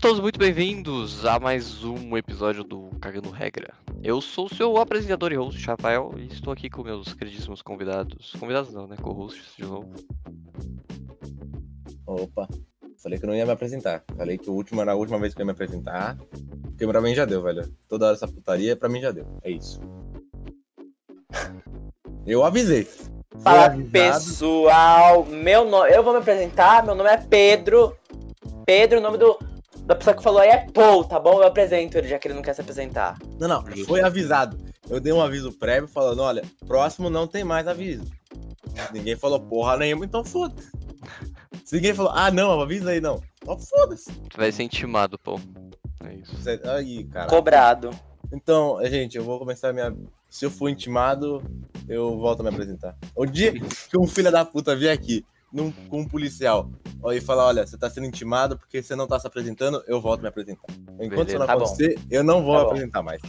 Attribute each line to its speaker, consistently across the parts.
Speaker 1: todos muito bem-vindos a mais um episódio do Cagando Regra. Eu sou o seu apresentador e host, Rafael, e estou aqui com meus queridíssimos convidados. Convidados não, né? Co-hosts de novo.
Speaker 2: Opa, falei que não ia me apresentar. Falei que o último era a última vez que eu ia me apresentar. Porque pra mim já deu, velho. Toda hora essa putaria, pra mim já deu. É isso. Eu avisei.
Speaker 3: Fala
Speaker 2: Foi avisado.
Speaker 3: pessoal, meu nome, eu vou me apresentar, meu nome é Pedro. Pedro, o nome do da pessoa que falou aí é Paul, tá bom? Eu apresento ele, já que ele não quer se apresentar.
Speaker 2: Não, não, foi avisado. Eu dei um aviso prévio falando, olha, próximo não tem mais aviso. Ninguém falou porra nenhuma, então foda-se. Se ninguém falou, ah não, avisa aí não. Ó, foda-se.
Speaker 1: Tu vai ser intimado, pô. É isso.
Speaker 2: Você- Aí, cara.
Speaker 3: Cobrado.
Speaker 2: Então, eh, gente, eu vou começar a minha. Se eu for intimado, eu volto a me apresentar. O dia que um filho da puta vier aqui num- com um policial ó, e falar: olha, você tá sendo intimado porque você não tá se apresentando, eu volto a me apresentar. Enquanto isso não
Speaker 3: Beleza, tá bom.
Speaker 2: acontecer, eu não vou
Speaker 3: Tá
Speaker 2: me
Speaker 3: bom.
Speaker 2: apresentar mais.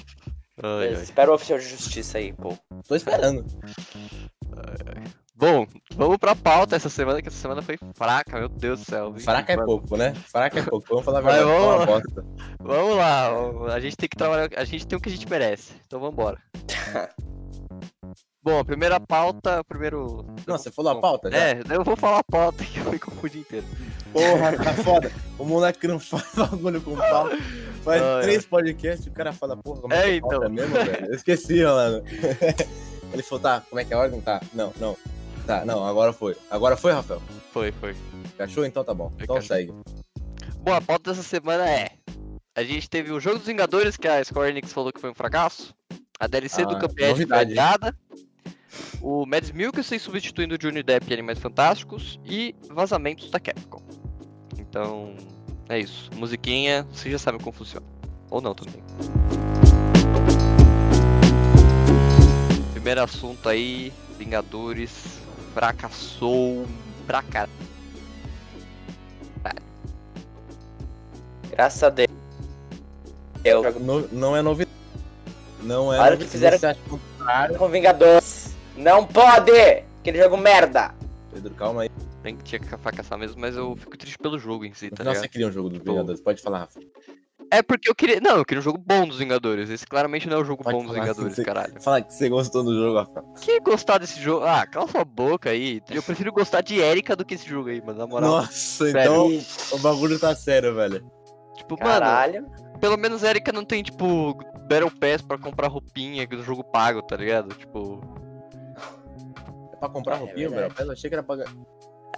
Speaker 1: Ai, ai.
Speaker 3: Espera o oficial de justiça aí, Paul.
Speaker 2: Tô esperando.
Speaker 1: Bom, vamos pra pauta essa semana, que essa semana foi fraca, meu Deus do céu. viu?
Speaker 2: Fraca é
Speaker 1: Mano,
Speaker 2: pouco, né? Fraca é pouco. Vamos falar a
Speaker 1: Mas
Speaker 2: verdade, é
Speaker 1: vamos
Speaker 2: uma bosta.
Speaker 1: Vamos lá, ó, a gente tem que trabalhar, a gente tem o que a gente merece, então vambora. Bom, a primeira pauta, o primeiro...
Speaker 2: Não, você falou a pauta? já?
Speaker 1: É, eu vou falar a pauta que eu me confundi inteiro.
Speaker 2: Porra, tá foda. O moleque não faz bagulho com pau. Faz
Speaker 1: Ai,
Speaker 2: três podcasts e o cara fala, porra, como é,
Speaker 1: É,
Speaker 2: que é
Speaker 1: então.
Speaker 2: pauta mesmo, velho? Eu esqueci, mano. Ele falou, tá, como é que é a ordem? Tá, não, não. Tá, não, agora foi. Agora foi, Rafael?
Speaker 1: Foi, foi.
Speaker 2: Achou? Então tá bom. Então
Speaker 1: Cachou.
Speaker 2: segue.
Speaker 1: Bom, a pauta dessa semana é. A gente teve o jogo dos Vingadores, que a Square Enix falou que foi um fracasso. A DLC
Speaker 2: Ah,
Speaker 1: do Cuphead foi
Speaker 2: novidade.
Speaker 1: adiada. O Mads Mikkelsen substituindo o Johnny Depp em Animais Fantásticos. E vazamentos da Capcom. Então, é isso. Musiquinha, vocês já sabem como funciona. Ou não também. Primeiro assunto aí, Vingadores fracassou pra cá.
Speaker 3: Graças a Deus. Eu jogo
Speaker 2: No- não é novidade. Não é
Speaker 3: Olha o que
Speaker 2: novidade.
Speaker 3: fizeram-
Speaker 2: Você acha o contrário?
Speaker 3: com Vingadores. Não pode! Aquele jogo merda.
Speaker 2: Pedro, calma aí.
Speaker 1: Tem que tinha que fracassar mesmo, mas eu fico triste pelo jogo em si,
Speaker 2: No
Speaker 1: tá
Speaker 2: final você
Speaker 1: ligado?
Speaker 2: cria um jogo dos Vingadores. Pode falar, Rafa.
Speaker 1: É porque eu queria. Não, eu queria um jogo bom dos Vingadores. Esse claramente não é o jogo
Speaker 2: Pode
Speaker 1: bom dos
Speaker 2: falar assim,
Speaker 1: Vingadores,
Speaker 2: você-
Speaker 1: caralho.
Speaker 2: Fala que você gostou do jogo, Rafa.
Speaker 1: Que gostar desse jogo. Ah, cala sua boca aí. Eu prefiro gostar de Erika do que esse jogo aí, mano. Na moral.
Speaker 2: Nossa,
Speaker 1: sério.
Speaker 2: então o bagulho tá sério, velho.
Speaker 1: tipo, mano,
Speaker 3: Caralho.
Speaker 1: pelo menos Erika não tem, tipo, Battle Pass pra comprar roupinha do jogo pago, tá ligado? Tipo.
Speaker 2: É pra comprar
Speaker 3: É
Speaker 2: roupinha, velho?
Speaker 3: verdade.
Speaker 2: Eu achei que era pra.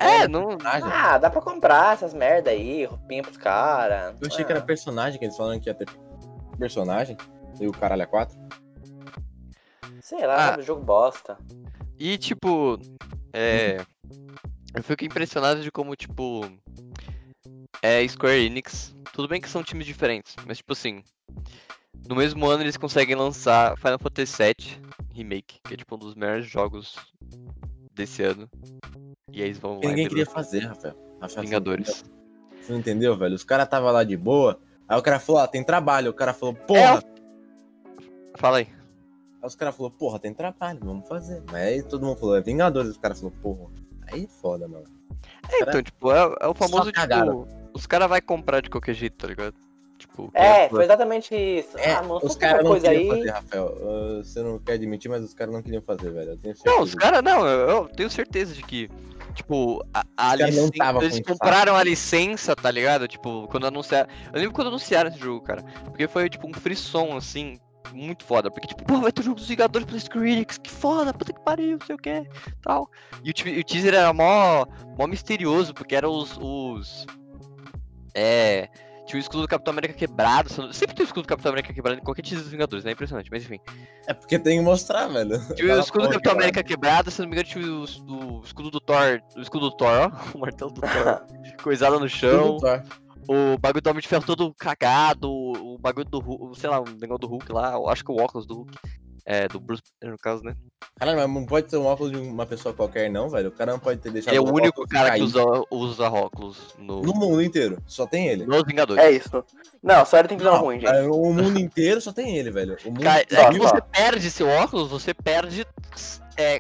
Speaker 1: É, não.
Speaker 2: Ah, já.
Speaker 3: Ah, dá pra comprar essas merda aí, roupinha pros caras.
Speaker 2: Eu achei que
Speaker 1: É.
Speaker 2: era personagem, que eles falaram que ia ter personagem. E o caralho é a 4.
Speaker 3: Sei lá,
Speaker 1: Ah.
Speaker 3: jogo bosta.
Speaker 1: E, tipo, é. Eu fico impressionado de como, tipo. É Square Enix. Tudo bem que são times diferentes, mas, tipo assim. No mesmo ano eles conseguem lançar Final Fantasy VII Remake, que é, tipo, um dos melhores jogos desse ano. E aí eles vão lá. e
Speaker 2: Ninguém
Speaker 1: viram
Speaker 2: queria fazer, né? Rafael. Rafael,
Speaker 1: é Vingadores.
Speaker 2: Você não entendeu, você não entendeu, velho? Os caras tava lá de boa. Aí o cara falou, ah, tem trabalho. O cara falou, porra.
Speaker 1: É, Fala aí.
Speaker 2: Aí os caras falaram, porra, tem trabalho, vamos fazer. Mas aí todo mundo falou, é Vingadores. Os caras falaram, porra. Aí é foda, mano.
Speaker 1: É, então, tipo, é, é o famoso,
Speaker 2: cagaram.
Speaker 1: tipo. Os caras vai comprar de qualquer jeito, tá ligado? Tipo.
Speaker 3: É, foi exatamente isso. ah, mano,
Speaker 2: os
Speaker 3: faz
Speaker 2: caras
Speaker 3: qualquer
Speaker 2: não
Speaker 3: coisa
Speaker 2: queriam
Speaker 3: aí.
Speaker 2: fazer, Rafael. Ah, Você não quer admitir, mas os caras não queriam fazer, velho. Eu tenho certeza.
Speaker 1: Não, os caras não, eu, eu tenho certeza de que, tipo, a, a
Speaker 2: Os caras não
Speaker 1: licença.
Speaker 2: tava com
Speaker 1: Eles
Speaker 2: isso,
Speaker 1: compraram a licença, tá ligado? Tipo, quando anunciaram. Eu lembro quando anunciaram esse jogo, cara. Porque foi, tipo, um frisson, assim, muito foda. Porque, tipo, pô, vai ter o jogo dos Vingadores pelo Square Enix, que foda, puta que pariu, não sei o que, tal. E o, te- o teaser era mó, mó misterioso, porque eram os. os é. Tinha o escudo do Capitão América quebrado. se eu não- Sempre tem o escudo do Capitão América quebrado em qualquer teaser dos Vingadores, né? Impressionante, mas enfim.
Speaker 2: É porque tem que mostrar, velho.
Speaker 1: Tinha o
Speaker 2: Fala,
Speaker 1: escudo do
Speaker 2: porra,
Speaker 1: Capitão
Speaker 2: cara.
Speaker 1: América quebrado, se não me engano, tinha o, es- o escudo do Thor. O escudo do Thor, ó. O martelo do Thor. coisado no chão. O bagulho do Homem de Ferro todo cagado. O bagulho do Hulk. Sei lá, o negócio do Hulk lá. eu Acho que o óculos do Hulk. É, do Bruce Banner, no caso, né?
Speaker 2: Caralho, mas não pode ser um óculos de uma pessoa qualquer, não, velho. O cara não pode ter deixado
Speaker 1: Ele é o
Speaker 2: óculos
Speaker 1: único cara
Speaker 2: cair
Speaker 1: que usa, usa óculos no,
Speaker 2: No mundo inteiro. Só tem ele.
Speaker 1: nos Vingadores.
Speaker 3: É isso. Não, só ele tem visão ruim, gente.
Speaker 2: é, O mundo inteiro só tem ele, velho. O mundo
Speaker 1: Cara,
Speaker 2: inteiro.
Speaker 1: é, se
Speaker 3: ó.
Speaker 1: você perde seu óculos, você perde é,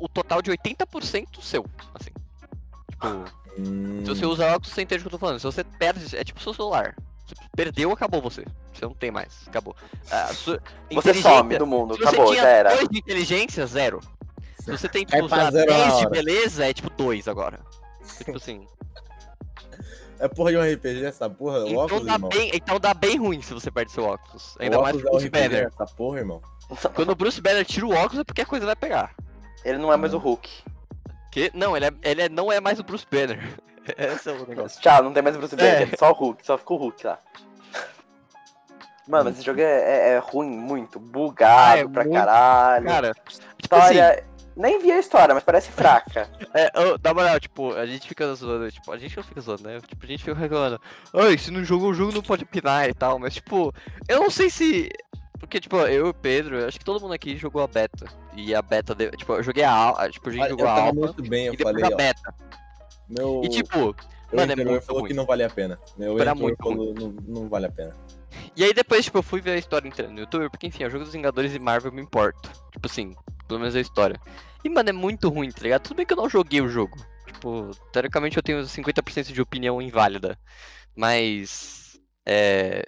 Speaker 1: o total de 80% seu. Assim. Tipo.
Speaker 2: Hum,
Speaker 4: Hum.
Speaker 1: Se você usa óculos, você entende o que eu tô falando. Se você perde, é tipo seu celular. Você perdeu, acabou você. Você não tem mais, acabou. Ah, sua
Speaker 4: Você
Speaker 1: inteligência-
Speaker 4: some do mundo,
Speaker 1: Se você
Speaker 4: acabou,
Speaker 1: tinha
Speaker 4: já era.
Speaker 1: dois de inteligência, zero. Se você tem,
Speaker 2: Cai
Speaker 1: tipo,
Speaker 2: pra
Speaker 1: sei lá,
Speaker 2: É, zero na
Speaker 1: três de
Speaker 2: hora.
Speaker 1: beleza, é tipo dois agora. Tipo assim.
Speaker 2: É porra de um RPG essa porra, o
Speaker 1: Então
Speaker 2: óculos,
Speaker 1: dá,
Speaker 2: irmão.
Speaker 1: bem, então dá bem ruim se você perde seu óculos.
Speaker 2: O
Speaker 1: Ainda mais
Speaker 2: óculos
Speaker 1: pro Bruce
Speaker 2: é um RPG
Speaker 1: Banner.
Speaker 2: nessa porra, irmão.
Speaker 1: Quando o Bruce Banner tira o óculos é porque a coisa vai pegar.
Speaker 4: Ele não é
Speaker 1: Hum,
Speaker 4: mais o Hulk.
Speaker 1: Que, não, ele, é, ele é- não é mais o Bruce Banner. Esse é o negócio. É.
Speaker 4: Tchau, não tem mais o Bruce Banner, só o Hulk, só fica o Hulk lá. Mano, mas esse jogo é, é- é ruim muito, bugado
Speaker 1: Hum. Ah, é
Speaker 4: pra
Speaker 1: muito-
Speaker 4: caralho.
Speaker 1: Cara, tipo assim,
Speaker 4: história. Nem vi a história, mas parece fraca.
Speaker 1: É, ô, na moral, tipo, a gente fica zoando, tipo, a gente não fica zoando, né? Tipo, a gente fica reclamando, ai, se não jogou o jogo não pode opinar e tal, mas tipo, eu não sei se. Porque, tipo, eu e o Pedro, acho que todo mundo aqui jogou a beta. E a beta, de- tipo, eu joguei a alfa, tipo, a gente
Speaker 2: Olha, Eu
Speaker 1: jogou a
Speaker 2: tava
Speaker 1: alfa
Speaker 2: muito bem,
Speaker 1: e
Speaker 2: eu
Speaker 1: depois
Speaker 2: falei,
Speaker 1: a
Speaker 2: ó.
Speaker 1: beta.
Speaker 2: Meu,
Speaker 1: E tipo,
Speaker 2: meu
Speaker 1: mano, é
Speaker 2: editor
Speaker 1: muito
Speaker 2: falou
Speaker 1: ruim.
Speaker 2: que não vale a pena. Meu
Speaker 1: Era
Speaker 2: editor
Speaker 1: muito
Speaker 2: falou não, não vale a pena.
Speaker 1: e aí depois, tipo, eu fui ver a história inteira no YouTube, porque enfim, é o jogo dos Vingadores e Marvel eu me importo. Tipo assim, pelo menos a história. E, mano, é muito ruim, tá ligado? Tudo bem que eu não joguei o jogo. Tipo, teoricamente eu tenho 50% de opinião inválida. Mas. É.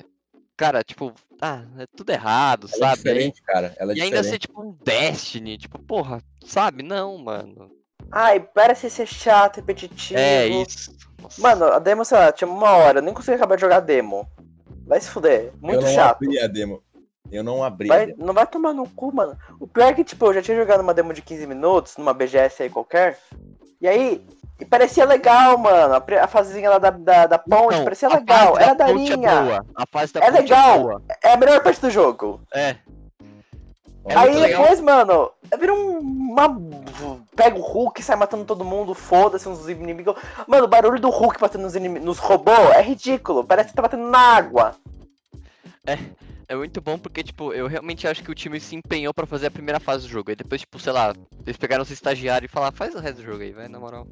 Speaker 1: Cara, tipo, ah, é tudo errado,
Speaker 2: Ela é
Speaker 1: sabe?
Speaker 2: diferente, cara. Ela é
Speaker 1: e ainda
Speaker 2: diferente.
Speaker 1: ser tipo um Destiny, tipo, porra, sabe? Não, mano.
Speaker 3: Ai, parece ser chato, repetitivo.
Speaker 1: É isso. Nossa.
Speaker 3: Mano, a demo, sei lá, tinha uma hora, eu nem consegui acabar de jogar a demo. Vai se fuder,
Speaker 1: assim,
Speaker 3: muito
Speaker 2: eu não
Speaker 3: chato.
Speaker 2: abri a demo. Eu não abri a
Speaker 3: Vai,
Speaker 2: demo.
Speaker 3: não vai tomar no cu, mano. O pior é que, tipo, eu já tinha jogado uma demo de 15 minutos, numa BGS aí qualquer. E aí, e parecia legal, mano. A, pre- a fasezinha lá da, da, da ponte
Speaker 1: Não,
Speaker 3: parecia
Speaker 1: Então, a
Speaker 3: legal.
Speaker 1: fase
Speaker 3: Era
Speaker 1: da ponte é
Speaker 3: darinha.
Speaker 1: boa, A fase da
Speaker 3: É
Speaker 1: ponte é
Speaker 3: legal.
Speaker 1: boa.
Speaker 3: É a melhor parte do jogo.
Speaker 1: É. É
Speaker 3: aí
Speaker 2: tá
Speaker 1: muito legal.
Speaker 3: depois, mano, vira um- uma. Pega o Hulk, sai matando todo mundo, foda-se uns inimigos. Mano, o barulho do Hulk batendo nos, inimi- nos robôs é ridículo. Parece que tá batendo na água.
Speaker 1: É muito bom porque, tipo, eu realmente acho que o time se empenhou pra fazer a primeira fase do jogo. Aí depois, tipo, sei lá, eles pegaram os estagiários e falaram, faz o resto do jogo aí, vai, na moral.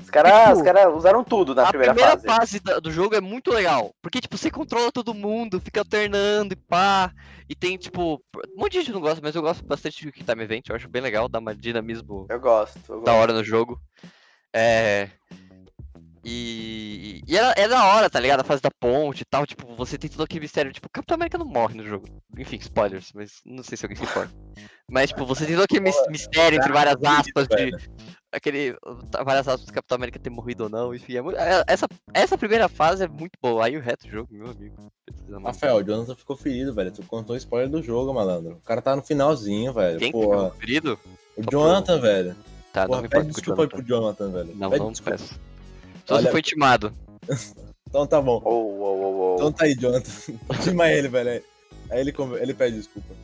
Speaker 3: Os caras
Speaker 1: Tipo,
Speaker 3: os cara usaram tudo na
Speaker 1: a
Speaker 3: primeira, fase.
Speaker 1: da- do jogo é muito legal. Porque, tipo, você controla todo mundo, fica alternando e pá. E tem, tipo, um monte de gente não gosta, mas eu gosto bastante do que tá me Event, eu acho bem legal, dá uma dinamismo
Speaker 3: Eu gosto. Eu
Speaker 1: da
Speaker 3: gosto.
Speaker 1: hora no jogo. É. E. E era, é da hora, tá ligado? A fase da ponte e tal. Tipo, você tem todo aquele mistério. Tipo, Capitão América não morre no jogo. Enfim, spoilers, mas não sei se alguém se importa. Mas, tipo, você tem todo aquele mis- mistério entre várias aspas de. Aquele. Várias aspas do Capitão América ter morrido ou não. Enfim, é muito- é- essa, essa primeira fase é muito boa. Aí o reto do jogo, meu amigo.
Speaker 2: Rafael, o Jonathan ficou ferido, velho. Tu contou spoiler do jogo, malandro. O cara tá no finalzinho, velho.
Speaker 1: Quem que
Speaker 2: Porra.
Speaker 1: ficou ferido?
Speaker 2: O Jonathan, velho.
Speaker 1: Tá, não
Speaker 2: Porra,
Speaker 1: me
Speaker 2: pede
Speaker 1: importa com o
Speaker 2: desculpa aí
Speaker 1: Jonathan.
Speaker 2: pro Jonathan, velho.
Speaker 1: Não,
Speaker 2: Pede
Speaker 1: não
Speaker 2: desculpa.
Speaker 1: peço. Só se
Speaker 2: Olha-
Speaker 1: foi timado.
Speaker 2: Então tá bom.
Speaker 4: Ou, ou, ou, ou.
Speaker 2: Então tá aí, Jonathan. Tima ele, velho. Aí ele, come- ele pede desculpa.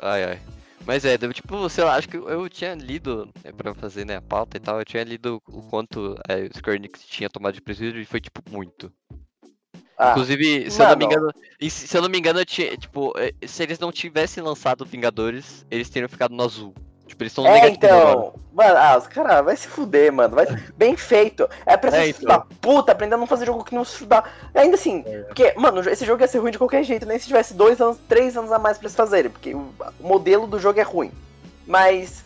Speaker 1: Ai, ai. Mas é, deu, tipo, sei lá, acho que eu, eu tinha lido, né, pra fazer, né, a pauta e tal, eu tinha lido o quanto é, o Square Enix tinha tomado de prejuízo e foi, tipo, muito.
Speaker 3: Ah,
Speaker 1: Inclusive, se eu não me
Speaker 3: mano.
Speaker 1: engano, e se, se eu não me engano, eu tinha, tipo, eh, se eles não tivessem lançado Vingadores, eles teriam ficado no azul. Tipo, eles estão
Speaker 3: É,
Speaker 1: negativos agora.
Speaker 3: então. Mano, ah, os caras vai se fuder, mano. Vai... Bem feito. É pra
Speaker 1: É,
Speaker 3: esses filhos da puta aprender a não fazer jogo que não se dá. Ainda assim, porque, mano, esse jogo ia ser ruim de qualquer jeito, nem se tivesse dois anos, três anos a mais pra eles fazerem, porque o o modelo do jogo é ruim. Mas.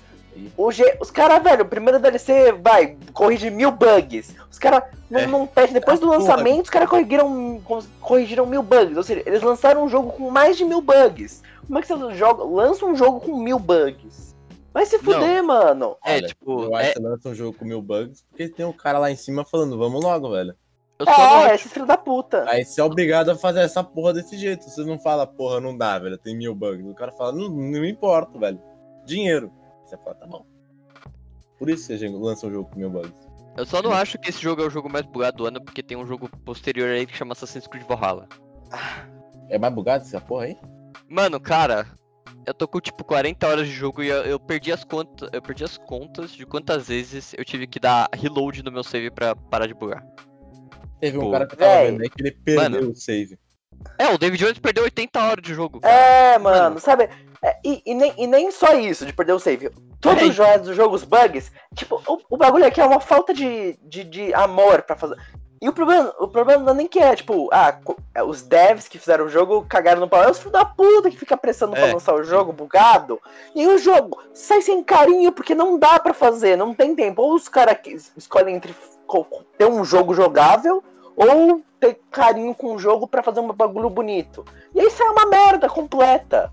Speaker 3: O G... Os caras, velho, o primeiro DLC vai, corrige mil bugs. Os caras não,
Speaker 1: É.
Speaker 3: não pede. Depois do
Speaker 2: Porra.
Speaker 3: lançamento, os caras corrigiram, corrigiram mil bugs. Ou seja, eles lançaram um jogo com mais de mil bugs. Como é que você joga, lança um jogo com mil bugs? Vai se fuder, mano.
Speaker 1: É,
Speaker 2: Olha,
Speaker 1: tipo,
Speaker 2: Eu acho
Speaker 1: é,
Speaker 2: que lança um jogo com mil bugs, porque tem um cara lá em cima falando, vamos logo, velho.
Speaker 1: eu só não
Speaker 3: É, esse filho da puta.
Speaker 2: Aí você é obrigado a fazer essa porra desse jeito. Você não fala, porra, não dá, velho, tem mil bugs. O cara fala, não, não me importa, velho. Dinheiro. Você fala, tá bom. Por isso você lança um jogo com mil bugs.
Speaker 1: Eu só não acho que esse jogo é o jogo mais bugado do ano, porque tem um jogo posterior aí que chama Assassin's Creed Valhalla.
Speaker 2: É mais bugado essa porra aí?
Speaker 1: Mano, cara, eu tô com tipo 40 horas de jogo e eu, eu perdi as contas. Eu perdi as contas de quantas vezes eu tive que dar reload no meu save pra parar de bugar.
Speaker 2: Teve um
Speaker 1: Pô.
Speaker 2: cara que tava
Speaker 3: Véi.
Speaker 2: vendo aí que ele perdeu
Speaker 1: Mano.
Speaker 2: o save.
Speaker 1: É, o David Jones perdeu 80 horas de jogo. cara.
Speaker 3: É, mano,
Speaker 1: Mano.
Speaker 3: sabe? É, e, e nem, e nem só isso de perder o save. Todos
Speaker 1: É.
Speaker 3: os jogos, os jogos bugs, tipo, o, o bagulho aqui é uma falta de, de, de amor pra fazer. E o problema, o problema não é nem que é, tipo, ah, co- é, os devs que fizeram o jogo cagaram no pau. É os filhos da puta que fica pressando pra
Speaker 1: É.
Speaker 3: lançar o jogo bugado. E aí o jogo sai sem carinho porque não dá pra fazer, não tem tempo. Ou os caras que es- escolhem entre co- co- ter um jogo jogável Ou ter carinho com o jogo pra fazer um bagulho bonito. E aí sai uma merda completa.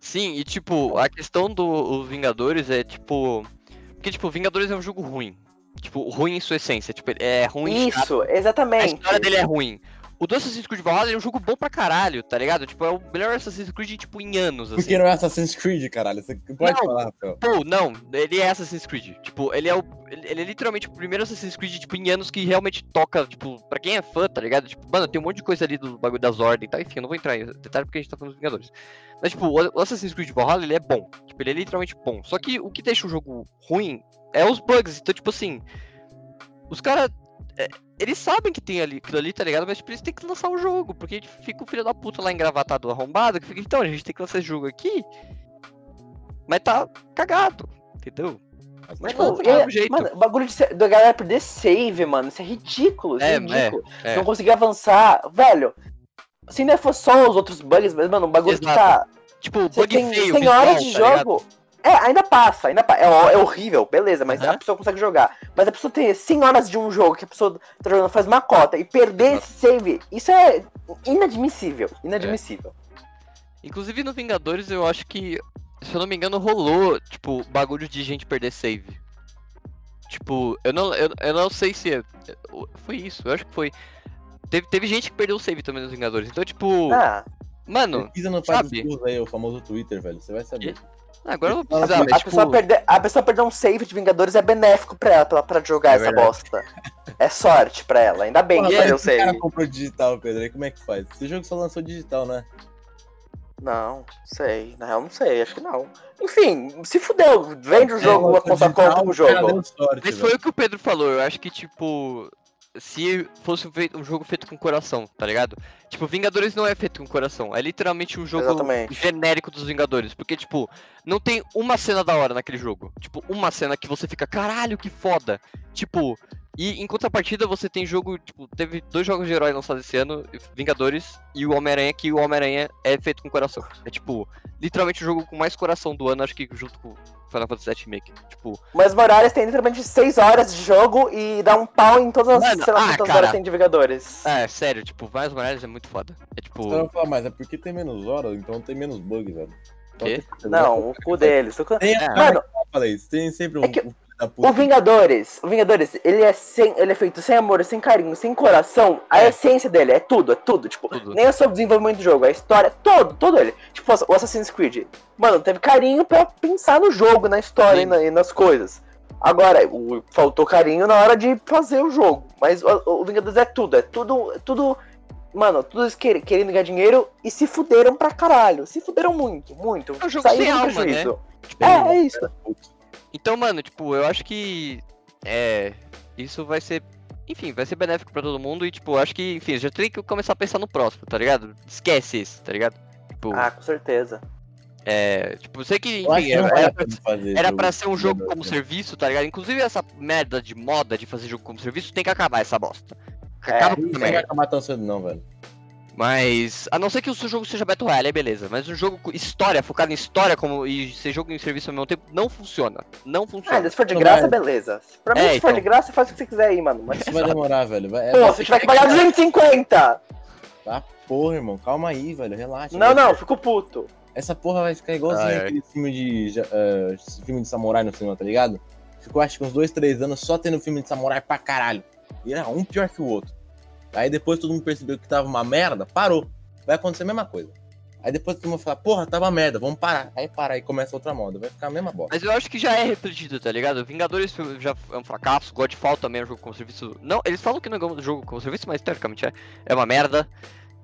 Speaker 1: Sim, e tipo, a questão dos Vingadores é tipo. Porque, tipo, Vingadores é um jogo ruim. Tipo, ruim em sua essência. Tipo, ele é ruim.
Speaker 3: Isso,
Speaker 1: A
Speaker 3: exatamente.
Speaker 1: história dele é ruim. O do Assassin's Creed Valhalla é um jogo bom pra caralho, tá ligado? Tipo, é o melhor Assassin's Creed, tipo, em anos, assim.
Speaker 2: Porque não é Assassin's Creed, caralho. Você pode
Speaker 1: Não.
Speaker 2: falar, Rafael.
Speaker 1: Pô, não, ele é Assassin's Creed. Tipo, ele é o. Ele ele é literalmente o primeiro Assassin's Creed, tipo, em anos que realmente toca, tipo, pra quem é fã, tá ligado? Tipo, mano, tem um monte de coisa ali do bagulho das ordens e tal. Enfim, eu não vou entrar em detalhe porque a gente tá falando dos Vingadores. Mas, tipo, o- o Assassin's Creed Valhalla, ele é bom. Tipo, ele é literalmente bom. Só que o que deixa o jogo ruim é os bugs. Então, tipo assim. Os caras. eles sabem que tem ali, aquilo ali, tá ligado? Mas, tipo, eles têm que lançar o jogo. Porque fica o filho da puta lá engravatado, arrombado. Que fica, então, a gente tem que lançar esse jogo aqui. Mas tá cagado, entendeu? Mas
Speaker 3: Tipo,
Speaker 1: não, é,
Speaker 3: é-
Speaker 1: um jeito.
Speaker 3: Mano, o bagulho de ser- da galera perder save, mano. Isso é ridículo. Isso é,
Speaker 1: É,
Speaker 3: ridículo.
Speaker 1: é, é.
Speaker 3: Não conseguir avançar. Velho, se ainda for só os outros bugs, mas, mano, o bagulho que tá.
Speaker 1: Exato. tipo,
Speaker 3: Você
Speaker 1: bug
Speaker 3: tem,
Speaker 1: feio,
Speaker 3: tem
Speaker 1: visual,
Speaker 3: horas de
Speaker 1: tá ligado?
Speaker 3: jogo. É, ainda passa, ainda passa. É, ho- é horrível, beleza, mas a
Speaker 1: Aham.
Speaker 3: pessoa consegue jogar. Mas a pessoa ter 100 horas de um jogo que a pessoa tá jogando, faz uma cota e perder esse save, isso é inadmissível. Inadmissível.
Speaker 1: É. Inclusive no Vingadores eu acho que, se eu não me engano, rolou, tipo, bagulho de gente perder save. Tipo, eu não, eu, eu não sei se. é- Foi isso, eu acho que foi. Teve, teve gente que perdeu o save também nos Vingadores. Então, tipo.
Speaker 3: Ah,
Speaker 1: Mano,
Speaker 2: Pesquisa no Fábio
Speaker 1: sabe?
Speaker 2: Cruz aí, o famoso Twitter, velho. Você vai saber.
Speaker 1: agora eu vou
Speaker 2: Fala
Speaker 1: precisar,
Speaker 2: com-
Speaker 1: mas,
Speaker 3: a, pessoa
Speaker 1: tipo,
Speaker 3: perder, a pessoa perder um save de Vingadores é benéfico pra ela, pra, pra jogar
Speaker 1: É
Speaker 3: essa
Speaker 1: verdade.
Speaker 3: bosta. É sorte pra ela, ainda bem
Speaker 2: Porra,
Speaker 3: que
Speaker 1: e
Speaker 2: mas
Speaker 3: perdeu o
Speaker 2: esse cara
Speaker 3: save.
Speaker 2: comprou digital, Pedro. Aí como é que faz? Esse jogo só lançou digital, né?
Speaker 3: Não, sei. Na real, não sei, acho que não. Enfim, se fudeu, vende o
Speaker 2: É,
Speaker 3: jogo,
Speaker 2: lançou
Speaker 3: a conta
Speaker 2: digital,
Speaker 3: compra o
Speaker 2: o cara
Speaker 3: jogo.
Speaker 2: deu sorte,
Speaker 1: Mas
Speaker 2: velho.
Speaker 1: foi o que o Pedro falou, eu acho que, tipo, se fosse feito- um jogo feito com coração, tá ligado? Tipo, Vingadores não é feito com coração, é literalmente um jogo
Speaker 3: Exatamente.
Speaker 1: genérico dos Vingadores, porque, tipo, não tem uma cena da hora naquele jogo. Tipo, uma cena que você fica, caralho, que foda. Tipo, e em contrapartida você tem jogo, tipo, teve dois jogos de herói lançados esse ano, Vingadores e o Homem-Aranha, que o Homem-Aranha é feito com coração. É, tipo, literalmente o jogo com mais coração do ano, acho que junto com Final Fantasy VII Remake. Tipo,
Speaker 3: Mas Morales tem literalmente 6 horas de jogo e dá um pau em todas as,
Speaker 1: Mano,
Speaker 3: sei lá,
Speaker 1: ah,
Speaker 3: quantas
Speaker 1: cara.
Speaker 3: horas tem de Vingadores.
Speaker 1: Ah, é sério, tipo, Miles Morales é muito foda. É tipo.
Speaker 2: Você vai falar, mas é porque tem menos horas, então tem menos bug, velho. Então
Speaker 1: Quê?
Speaker 2: tem-
Speaker 3: Não, o cu deles. O, cu-
Speaker 2: Tem,
Speaker 1: É.
Speaker 2: Mano,
Speaker 3: Mano,
Speaker 2: eu falei isso. Tem sempre um.
Speaker 3: É que-
Speaker 2: um filho da puta.
Speaker 3: o Vingadores, o Vingadores, ele é sem, ele é feito sem amor, sem carinho, sem coração. A
Speaker 1: É.
Speaker 3: essência dele é tudo, é tudo, tipo,
Speaker 1: Tudo.
Speaker 3: nem é só o desenvolvimento do jogo, a história, todo, todo ele. Tipo, o Assassin's Creed. Mano, teve carinho pra pensar no jogo, na história e,
Speaker 1: Sim.
Speaker 3: na- e nas coisas. Agora, o- faltou carinho na hora de fazer o jogo. Mas o, o Vingadores é tudo, é tudo, é tudo. Mano, tudo isso quer- querendo ganhar dinheiro e se fuderam pra caralho. Se fuderam muito, muito.
Speaker 1: É um jogo
Speaker 3: Saíram
Speaker 1: sem
Speaker 3: no
Speaker 1: alma, né?
Speaker 3: prejuízo.
Speaker 1: tipo,
Speaker 3: É, é isso.
Speaker 1: Então, mano, tipo, eu acho que. É. Isso vai ser. Enfim, vai ser benéfico pra todo mundo e, tipo, eu acho que, enfim, já tem que começar a pensar no próximo, tá ligado? Esquece isso, tá ligado? Tipo,
Speaker 3: Ah, com certeza.
Speaker 1: é. Tipo, eu sei que,
Speaker 2: Eu acho
Speaker 1: enfim,
Speaker 2: que não
Speaker 1: era,
Speaker 2: vale a
Speaker 1: era,
Speaker 2: pena fazer
Speaker 1: era
Speaker 2: jogo
Speaker 1: pra ser um
Speaker 2: com
Speaker 1: jogo
Speaker 2: jogador,
Speaker 1: como
Speaker 2: né?
Speaker 1: serviço, tá ligado? Inclusive essa merda de moda de fazer jogo como serviço tem que acabar essa bosta.
Speaker 3: É,
Speaker 1: Acaba com
Speaker 2: Não
Speaker 1: essa
Speaker 2: vai
Speaker 1: merda.
Speaker 2: acabar tão cedo, não, velho.
Speaker 1: Mas. A não ser que o seu jogo seja Battle Royale, aí beleza. Mas um jogo com história, focado em história como, e ser jogo em serviço ao mesmo tempo, não funciona. Não
Speaker 3: Ah,
Speaker 1: funciona.
Speaker 3: se for de
Speaker 2: Não
Speaker 3: graça,
Speaker 2: vai.
Speaker 3: beleza. Pra mim,
Speaker 1: É,
Speaker 3: se for de
Speaker 1: então.
Speaker 3: graça, faz o que você quiser aí, mano. Mas,
Speaker 2: Isso vai demorar, velho. Vai, é,
Speaker 3: pô, se tiver que pagar 250!
Speaker 2: tá, porra, irmão. Calma aí, velho. Relaxa.
Speaker 3: Não,
Speaker 2: velho.
Speaker 3: não, fico puto.
Speaker 2: Essa porra vai ficar igualzinho
Speaker 1: Ai, ai.
Speaker 2: aquele filme de, ja- eh, filme de samurai no cinema, tá ligado? Ficou acho que uns dois, três anos só tendo filme de samurai pra caralho. E era um pior que o outro. Aí depois todo mundo percebeu que tava uma merda, parou. Vai acontecer a mesma coisa. Aí depois todo mundo fala, porra, tava merda, vamos parar. Aí para, aí começa outra moda. Vai ficar a mesma bosta.
Speaker 1: Mas eu acho que já é repetido, tá ligado? Vingadores foi- já é um fracasso, Godfall também é um jogo como serviço. Não, eles falam que não é um jogo como serviço, mas teoricamente é. É uma merda.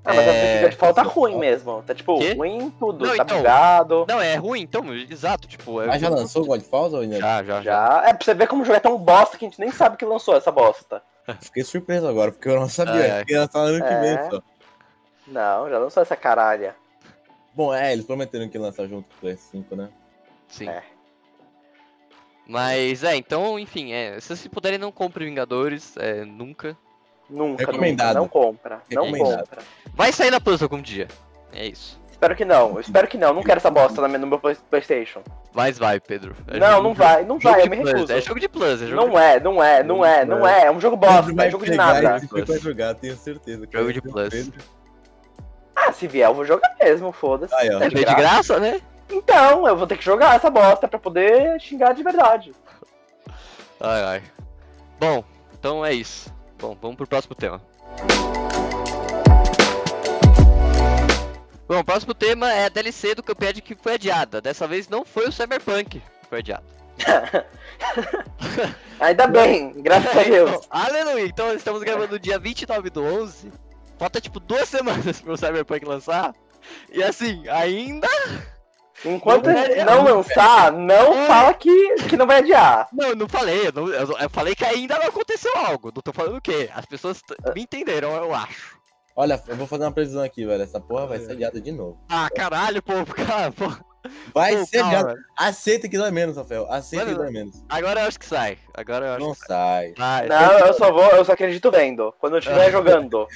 Speaker 3: Ah, mas
Speaker 1: É.
Speaker 3: a briga de falta ruim mesmo. Tá tipo,
Speaker 1: Quê?
Speaker 3: ruim em tudo,
Speaker 1: Não,
Speaker 3: tá
Speaker 1: então.
Speaker 3: bugado.
Speaker 1: Não, é ruim, então, exato, tipo. É...
Speaker 2: Mas já lançou o Godfalls ou ainda?
Speaker 1: Já, já, já.
Speaker 3: Já. É pra você ver como o jogo é tão bosta que a gente nem sabe que lançou essa bosta.
Speaker 2: Fiquei surpreso agora, porque eu não sabia.
Speaker 1: Ai, ai.
Speaker 2: Ia lançar ano que
Speaker 3: É.
Speaker 2: vem só.
Speaker 3: Não, já lançou essa caralha.
Speaker 2: Bom, é, eles prometeram que ia lançar junto com o PS5, né?
Speaker 1: Sim.
Speaker 3: É.
Speaker 1: Mas é, então, enfim, é. Se vocês puderem, não compre Vingadores, é, nunca.
Speaker 3: Nunca, nunca.
Speaker 2: Recomendado.
Speaker 3: Não compra. Não
Speaker 2: Recomendado.
Speaker 3: compra.
Speaker 1: Vai sair da Plus algum dia. É isso.
Speaker 3: Espero que não, eu espero que não. Não quero essa bosta na minha- no meu Play- PlayStation.
Speaker 1: Mas vai, Pedro. É
Speaker 3: Não,
Speaker 1: jogo-
Speaker 3: não vai, não
Speaker 1: jogo
Speaker 3: vai,
Speaker 1: de
Speaker 3: eu me
Speaker 1: plus,
Speaker 3: recuso.
Speaker 1: É jogo de plus, é jogo de
Speaker 3: Não é, não é, não é, não é. É um jogo bosta, é jogo de nada.
Speaker 2: esse jogo vai jogar, tenho certeza. que
Speaker 1: Jogo de
Speaker 2: vai
Speaker 1: plus.
Speaker 2: ser- um
Speaker 3: Ah, se vier, eu vou jogar mesmo, foda-se.
Speaker 2: Aí, ó.
Speaker 1: É meio de graça, né?
Speaker 3: Então, eu vou ter que jogar essa bosta pra poder xingar de verdade.
Speaker 1: Ai, ai. Bom, então é isso. Bom, vamos pro próximo tema. Bom, o próximo tema é a DLC do Cuphead que foi adiada. Dessa vez não foi o Cyberpunk que foi adiado.
Speaker 3: Ainda bem, graças a É Deus.
Speaker 1: Então, Aleluia! Então estamos gravando dia 29 do 11. Falta tipo duas semanas pro Cyberpunk lançar. E assim, ainda.
Speaker 3: Enquanto
Speaker 1: Não vai
Speaker 3: não
Speaker 1: adiar, É.
Speaker 3: lançar, não fala que, que não vai adiar.
Speaker 1: Não, eu não falei. Eu, não- eu- eu falei que ainda não aconteceu algo. Não tô falando o quê? As pessoas t- me entenderam, eu acho.
Speaker 2: Olha, eu vou fazer uma previsão aqui, velho. Essa porra vai ser adiada de novo.
Speaker 1: Ah, caralho, povo, cara, pô.
Speaker 2: Vai
Speaker 1: Pô,
Speaker 2: ser
Speaker 1: calma,
Speaker 2: adiada. Aceita que dói menos, Rafael. Aceita
Speaker 1: Mano,
Speaker 2: que dói menos.
Speaker 1: Agora eu acho que sai. Agora eu acho
Speaker 2: Não
Speaker 1: que tá.
Speaker 2: sai.
Speaker 1: sai.
Speaker 3: Não, eu só vou, eu só acredito vendo. Quando eu
Speaker 1: Ah.
Speaker 3: estiver jogando.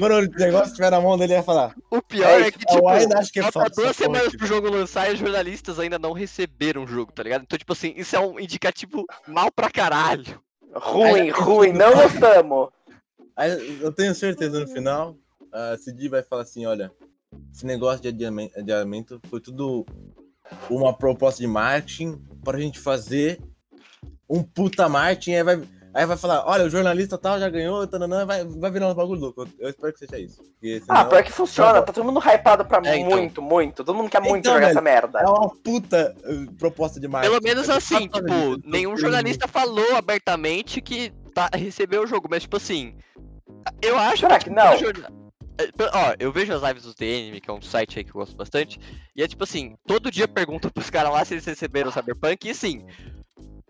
Speaker 2: Mano, o negócio que tiver na mão dele ia falar.
Speaker 1: O pior é,
Speaker 3: É,
Speaker 1: que,
Speaker 2: Eu
Speaker 1: tipo,
Speaker 2: ainda acho que é
Speaker 1: falta
Speaker 2: falta.
Speaker 1: duas
Speaker 2: essa porra
Speaker 1: semanas
Speaker 2: aqui.
Speaker 1: pro jogo lançar e os jornalistas ainda não receberam o jogo, tá ligado? Então, tipo assim, isso é um indicativo mal pra caralho. É.
Speaker 3: Ruim, ruim, não gostamos.
Speaker 2: Aí, Eu tenho certeza no final, a CD vai falar assim, olha, esse negócio de adiamen- adiamento foi tudo uma proposta de marketing pra gente fazer um puta marketing, aí vai, aí vai falar, olha, o jornalista tal já ganhou, tananã, vai, vai virar um bagulho louco. Eu- Eu espero que seja isso. Porque senão
Speaker 3: Ah, pior que funciona, tá todo mundo hypado pra
Speaker 1: É, então.
Speaker 3: muito, muito. Todo mundo quer muito
Speaker 2: Então,
Speaker 1: né?
Speaker 3: jogar
Speaker 2: velho,
Speaker 3: essa merda.
Speaker 2: é uma puta eh, proposta de marketing.
Speaker 1: Pelo menos assim,
Speaker 2: Exatamente.
Speaker 1: tipo, nenhum jornalista falou abertamente que tá, recebeu o jogo, mas, tipo assim, eu acho
Speaker 3: Será que não?
Speaker 1: Todo jorna- É, pe- Ó, eu vejo as lives do TN, que é um site aí que eu gosto bastante, e é tipo assim, todo dia pergunta pros caras lá se eles receberam o Cyberpunk, e assim,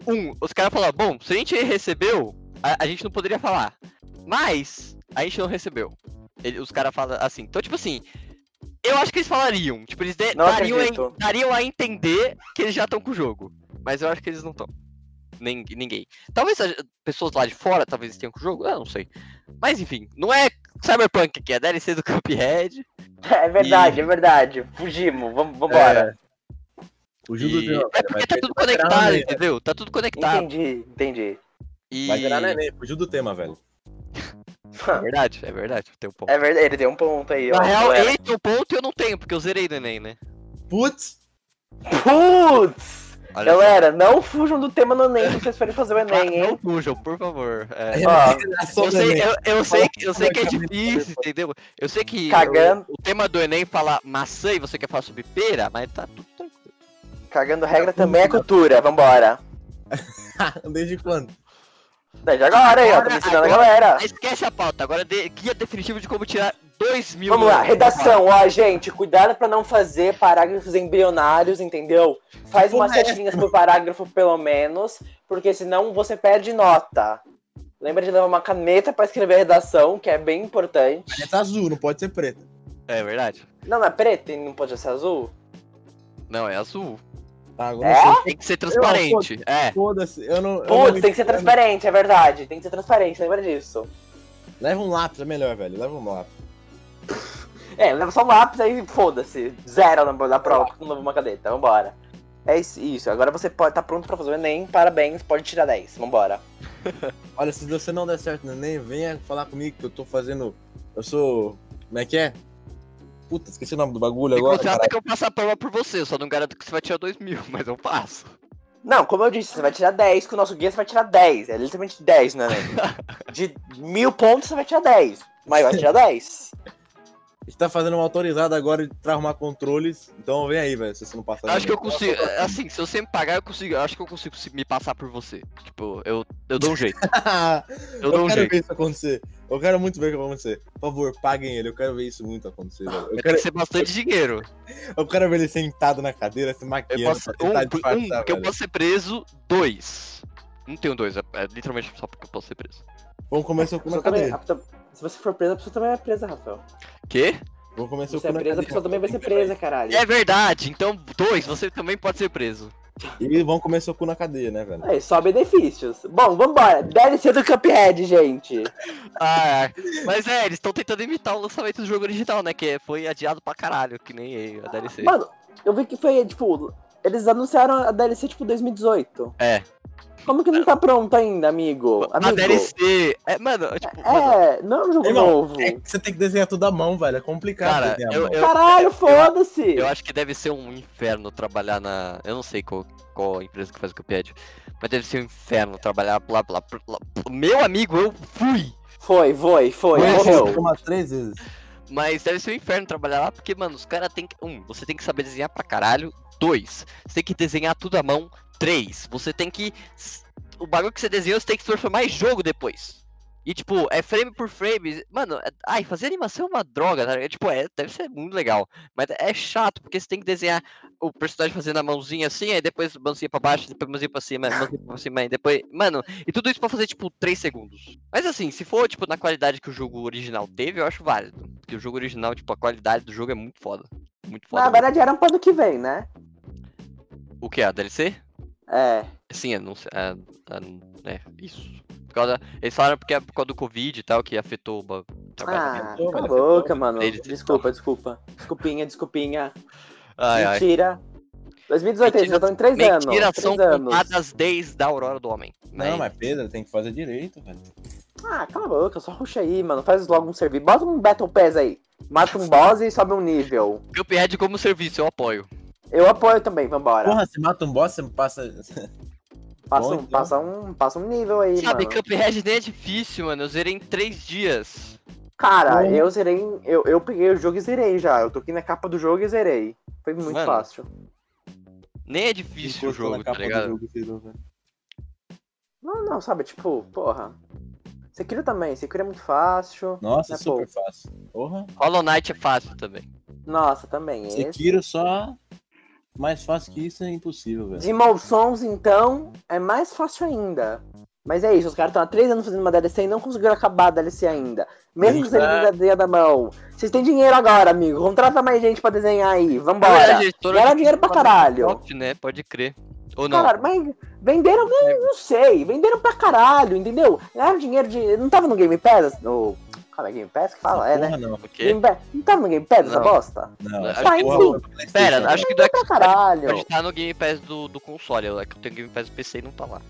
Speaker 1: um, os caras falam, bom, se a gente recebeu, a, a gente não poderia falar, mas a gente não recebeu. Ele- os caras falam assim, então tipo assim, eu acho que eles falariam, tipo, eles de-
Speaker 3: Não
Speaker 1: dariam, a, en-
Speaker 3: acredito.
Speaker 1: dariam a entender que eles já estão com o jogo, mas eu acho que eles não estão. Ninguém. Talvez a- pessoas lá de fora talvez tenham com o jogo, eu não sei. Mas enfim, não é Cyberpunk aqui, é DLC do Cuphead.
Speaker 3: É verdade, é verdade. Fugimos, vamos vambora.
Speaker 2: É. O Gil do
Speaker 1: E...
Speaker 2: Jornal,
Speaker 1: É porque tá tudo
Speaker 2: vai virar uma
Speaker 1: conectado,
Speaker 2: merda.
Speaker 1: entendeu? Tá tudo conectado.
Speaker 3: Entendi, entendi.
Speaker 1: E...
Speaker 2: Vai virar neném, fugiu do tema, velho.
Speaker 1: É verdade, é verdade. Tem um ponto.
Speaker 3: É verdade, ele tem um ponto aí, ó.
Speaker 1: Na real,
Speaker 3: galera.
Speaker 1: esse é o ponto e eu não tenho, porque eu zerei do Enem, né?
Speaker 2: Putz!
Speaker 3: Putz!
Speaker 1: Olha só.
Speaker 3: Galera, não fujam do tema no Enem se vocês forem fazer o
Speaker 1: Claro,
Speaker 3: Enem,
Speaker 1: não
Speaker 3: hein?
Speaker 1: fujam, por favor. É,
Speaker 3: Ó,
Speaker 1: Eu sei, eu, eu sei,
Speaker 2: Fala
Speaker 1: que- eu sei que é
Speaker 2: publicamente,
Speaker 1: difícil, entendeu? Eu sei que
Speaker 3: Cagando.
Speaker 1: o, o tema do Enem fala maçã e você quer falar sobre pera, mas tá tudo tranquilo.
Speaker 3: cagando regra também é cultura, vambora.
Speaker 1: é-
Speaker 2: Desde quando?
Speaker 3: Desde agora aí, ó, tô me ensinando a galera.
Speaker 1: Ah, Esquece a pauta, agora de, guia definitivo de como tirar 2 mil.
Speaker 3: Vamos lá,
Speaker 1: euros.
Speaker 3: redação, ó, gente, cuidado pra não fazer parágrafos embrionários, entendeu? Faz umas
Speaker 2: Como é?
Speaker 3: sete linhas por parágrafo, pelo menos, porque senão você perde nota. Lembra de levar uma caneta pra escrever a redação, que é bem importante.
Speaker 2: Caneta tá azul, não pode ser preta.
Speaker 1: É verdade.
Speaker 3: Não, não é preta e não pode ser azul?
Speaker 1: Não, é azul.
Speaker 2: Tá, agora
Speaker 3: É?
Speaker 2: não sei.
Speaker 1: Tem que ser transparente. É.
Speaker 2: Foda-se, eu não. eu não
Speaker 3: Putz,
Speaker 2: me-
Speaker 3: tem que ser transparente, é verdade. Tem que ser transparente, lembra disso.
Speaker 2: Leva um lápis, é melhor, velho. Leva um lápis.
Speaker 3: É, leva só um lápis aí, foda-se. Zero na, na prova, porque não leva uma caneta. Vambora. É isso, isso. Agora você pode, tá pronto pra fazer o Enem, parabéns, pode tirar 10. Vambora.
Speaker 2: Olha, se você não der certo no Enem, venha falar comigo que eu tô fazendo. Eu sou. Como é que é? Puta, esqueci o nome do bagulho
Speaker 1: Me
Speaker 2: agora.
Speaker 1: contrata
Speaker 2: Caralho.
Speaker 1: que eu passo a prova por você, eu só não garanto que você vai tirar 2 mil, mas eu passo.
Speaker 3: Não, como eu disse, você vai tirar 10, com o nosso guia você vai tirar 10. É literalmente 10 no Enem. De mil pontos você vai tirar 10. Mas vai tirar 10.
Speaker 2: A gente tá fazendo uma autorizada agora de pra arrumar controles. Então vem aí, velho, se você não passar.
Speaker 1: Eu acho que eu
Speaker 2: ninguém.
Speaker 1: consigo. Assim, se você me pagar, eu consigo. Eu acho que eu consigo se- me passar por você. Tipo, eu, eu dou um jeito. Eu
Speaker 2: eu
Speaker 1: dou um
Speaker 2: quero
Speaker 1: jeito.
Speaker 2: ver isso acontecer. Eu quero muito ver o que vai acontecer. Por favor, paguem ele. Eu quero ver isso muito acontecer, velho. Eu
Speaker 1: Vai ter
Speaker 2: quero,
Speaker 1: que ser bastante dinheiro.
Speaker 2: eu quero ver ele sentado na cadeira, se
Speaker 1: Eu
Speaker 2: maquiando
Speaker 1: posso,
Speaker 2: pra
Speaker 1: um, por-
Speaker 2: tentar
Speaker 1: um,
Speaker 2: disfarçar,
Speaker 1: porque eu
Speaker 2: velho.
Speaker 1: posso ser preso. Dois. Não tenho dois, é, é literalmente só porque eu posso ser preso.
Speaker 2: Vamos começar o cu na
Speaker 3: Você também-
Speaker 2: cadeira.
Speaker 3: a pessoa- se você for presa, a pessoa também é presa, Rafael.
Speaker 1: Quê?
Speaker 2: Vou começar
Speaker 3: Se
Speaker 2: o
Speaker 3: você
Speaker 2: cu
Speaker 3: é
Speaker 2: na
Speaker 3: presa, a
Speaker 2: cadeira.
Speaker 3: pessoa também vai ser presa, caralho.
Speaker 1: É verdade, então dois, você também pode ser preso.
Speaker 2: E vão comer seu cu na cadeia, né, velho?
Speaker 3: Aí, só benefícios. Bom, vambora. DLC do Cuphead, gente.
Speaker 1: Ah, é. mas é, eles estão tentando imitar o lançamento do é, jogo original, né? Que foi adiado pra caralho, que nem a DLC.
Speaker 3: Mano, eu vi que foi, tipo, Eles anunciaram a DLC tipo 2018.
Speaker 1: É.
Speaker 3: Como que não tá pronto ainda, amigo?
Speaker 1: A
Speaker 3: Amigo,
Speaker 1: DLC. É, mano, é, tipo, mano,
Speaker 3: É, não é um jogo
Speaker 2: Irmão,
Speaker 3: novo.
Speaker 2: É que você tem que desenhar tudo à mão, velho. É complicado
Speaker 1: Cara,
Speaker 2: desenhar à
Speaker 1: eu- é,
Speaker 2: mão.
Speaker 1: eu-
Speaker 3: Caralho, foda-se!
Speaker 1: eu acho que deve ser um inferno trabalhar na. Eu não sei qual, qual empresa que faz o Cuphead, mas deve ser um inferno trabalhar lá, lá, lá. Meu amigo, eu fui!
Speaker 3: Foi, foi, foi.
Speaker 1: Mas- é
Speaker 3: Morreu.
Speaker 2: umas três vezes.
Speaker 1: Mas deve ser um inferno trabalhar lá, porque, mano, os caras tem que. Um, você tem que saber desenhar pra caralho. Dois, você tem que desenhar tudo à mão. Três, você tem que. O bagulho que você desenhou, você tem que transformar em jogo depois. E tipo, é frame por frame. Mano, é- ai, fazer animação é uma droga, tá? ligado? Tipo, é, deve ser muito legal. Mas é chato, porque você tem que desenhar o personagem fazendo a mãozinha assim, aí depois mãozinha pra baixo, depois mãozinha pra cima, mãozinha pra cima, aí depois. Mano, e tudo isso pra fazer, tipo, 3 segundos. Mas assim, se for, tipo, na qualidade que o jogo original teve, eu acho válido. Porque o jogo original, tipo, a qualidade do jogo é muito foda. Muito foda.
Speaker 3: Na
Speaker 1: mesmo.
Speaker 3: verdade, era pro ano que vem, né?
Speaker 1: O que? A DLC?
Speaker 3: É.
Speaker 1: Sim, é, não sei. É, é, é, isso. Por causa- eles falaram porque é por causa do Covid e tal, que afetou o ba- o trabalho.
Speaker 3: Ah,
Speaker 2: Pô,
Speaker 3: cala a
Speaker 2: velho,
Speaker 3: boca, mano.
Speaker 1: Eles-
Speaker 3: Desculpa, desculpa. Desculpinha, desculpinha.
Speaker 1: ai, ai.
Speaker 3: Ah, Mentira. 2018, eles já estão em 3 anos.
Speaker 1: Mentiras são
Speaker 3: três anos.
Speaker 1: contadas desde a Aurora do Homem. né?
Speaker 2: Não, mas Pedro, tem que fazer direito, velho.
Speaker 3: Ah, cala a boca, só ruxa aí, mano. Faz logo um serviço. Bota um Battle Pass aí. Mata um boss e sobe um nível.
Speaker 1: Cuphead como serviço, eu apoio.
Speaker 3: Eu apoio também, vambora.
Speaker 2: Porra, você mata um boss, você passa.
Speaker 3: passa,
Speaker 2: bom,
Speaker 3: um,
Speaker 2: então.
Speaker 3: passa, um, passa um nível aí,
Speaker 1: Sabe,
Speaker 3: mano.
Speaker 1: Cuphead nem é difícil, mano. Eu zerei em 3 dias.
Speaker 3: Cara,
Speaker 2: Bom.
Speaker 3: eu zerei. Eu, eu peguei o jogo e zerei já. Eu toquei na capa do jogo e zerei. Foi muito
Speaker 1: Mano.
Speaker 3: fácil.
Speaker 1: Nem é difícil o
Speaker 2: Encostou na
Speaker 1: jogo, tá
Speaker 2: capa do
Speaker 1: ligado?
Speaker 2: jogo, filho,
Speaker 3: É
Speaker 2: velho.
Speaker 3: Não, não, sabe, tipo, porra. Você cria também, você cria muito fácil.
Speaker 2: Nossa,
Speaker 3: É
Speaker 2: super fácil. Porra.
Speaker 1: Hollow Knight é fácil também.
Speaker 3: Nossa, também. Esse...
Speaker 2: Sekiro só. Mais fácil que isso é impossível, velho.
Speaker 3: Demon Sons, então, é mais fácil ainda. Mas é isso, os caras estão há três anos fazendo uma DLC e não conseguiram acabar a DLC ainda. Mesmo que
Speaker 2: Eita.
Speaker 3: seja da desenha da mão. Vocês têm dinheiro agora, amigo. Contrata mais gente pra desenhar aí.
Speaker 1: Na verdade,
Speaker 3: Vambora.
Speaker 1: a editora
Speaker 3: Gera
Speaker 1: de-
Speaker 3: dinheiro pra caralho.
Speaker 1: Microsoft, né? Pode crer. Ou não.
Speaker 3: Cara, mas venderam, não, não sei. Venderam pra caralho, entendeu? Ganharam dinheiro de. Não tava no Game Pass? No... Calma, é Game Pass que fala? É, né?
Speaker 2: Porra, não.
Speaker 1: Porque...
Speaker 3: Game Pass- Não tá tava no Game Pass essa
Speaker 1: Não.
Speaker 3: bosta?
Speaker 2: Não,
Speaker 1: Acho
Speaker 2: essa
Speaker 3: que-
Speaker 2: porra é pra PlayStation,
Speaker 1: Pera,
Speaker 2: velho.
Speaker 1: acho que do
Speaker 3: Pra
Speaker 1: Xbox
Speaker 3: caralho.
Speaker 1: Pode estar no Game Pass do, do console, é que eu tenho Game Pass do PC e não tá lá.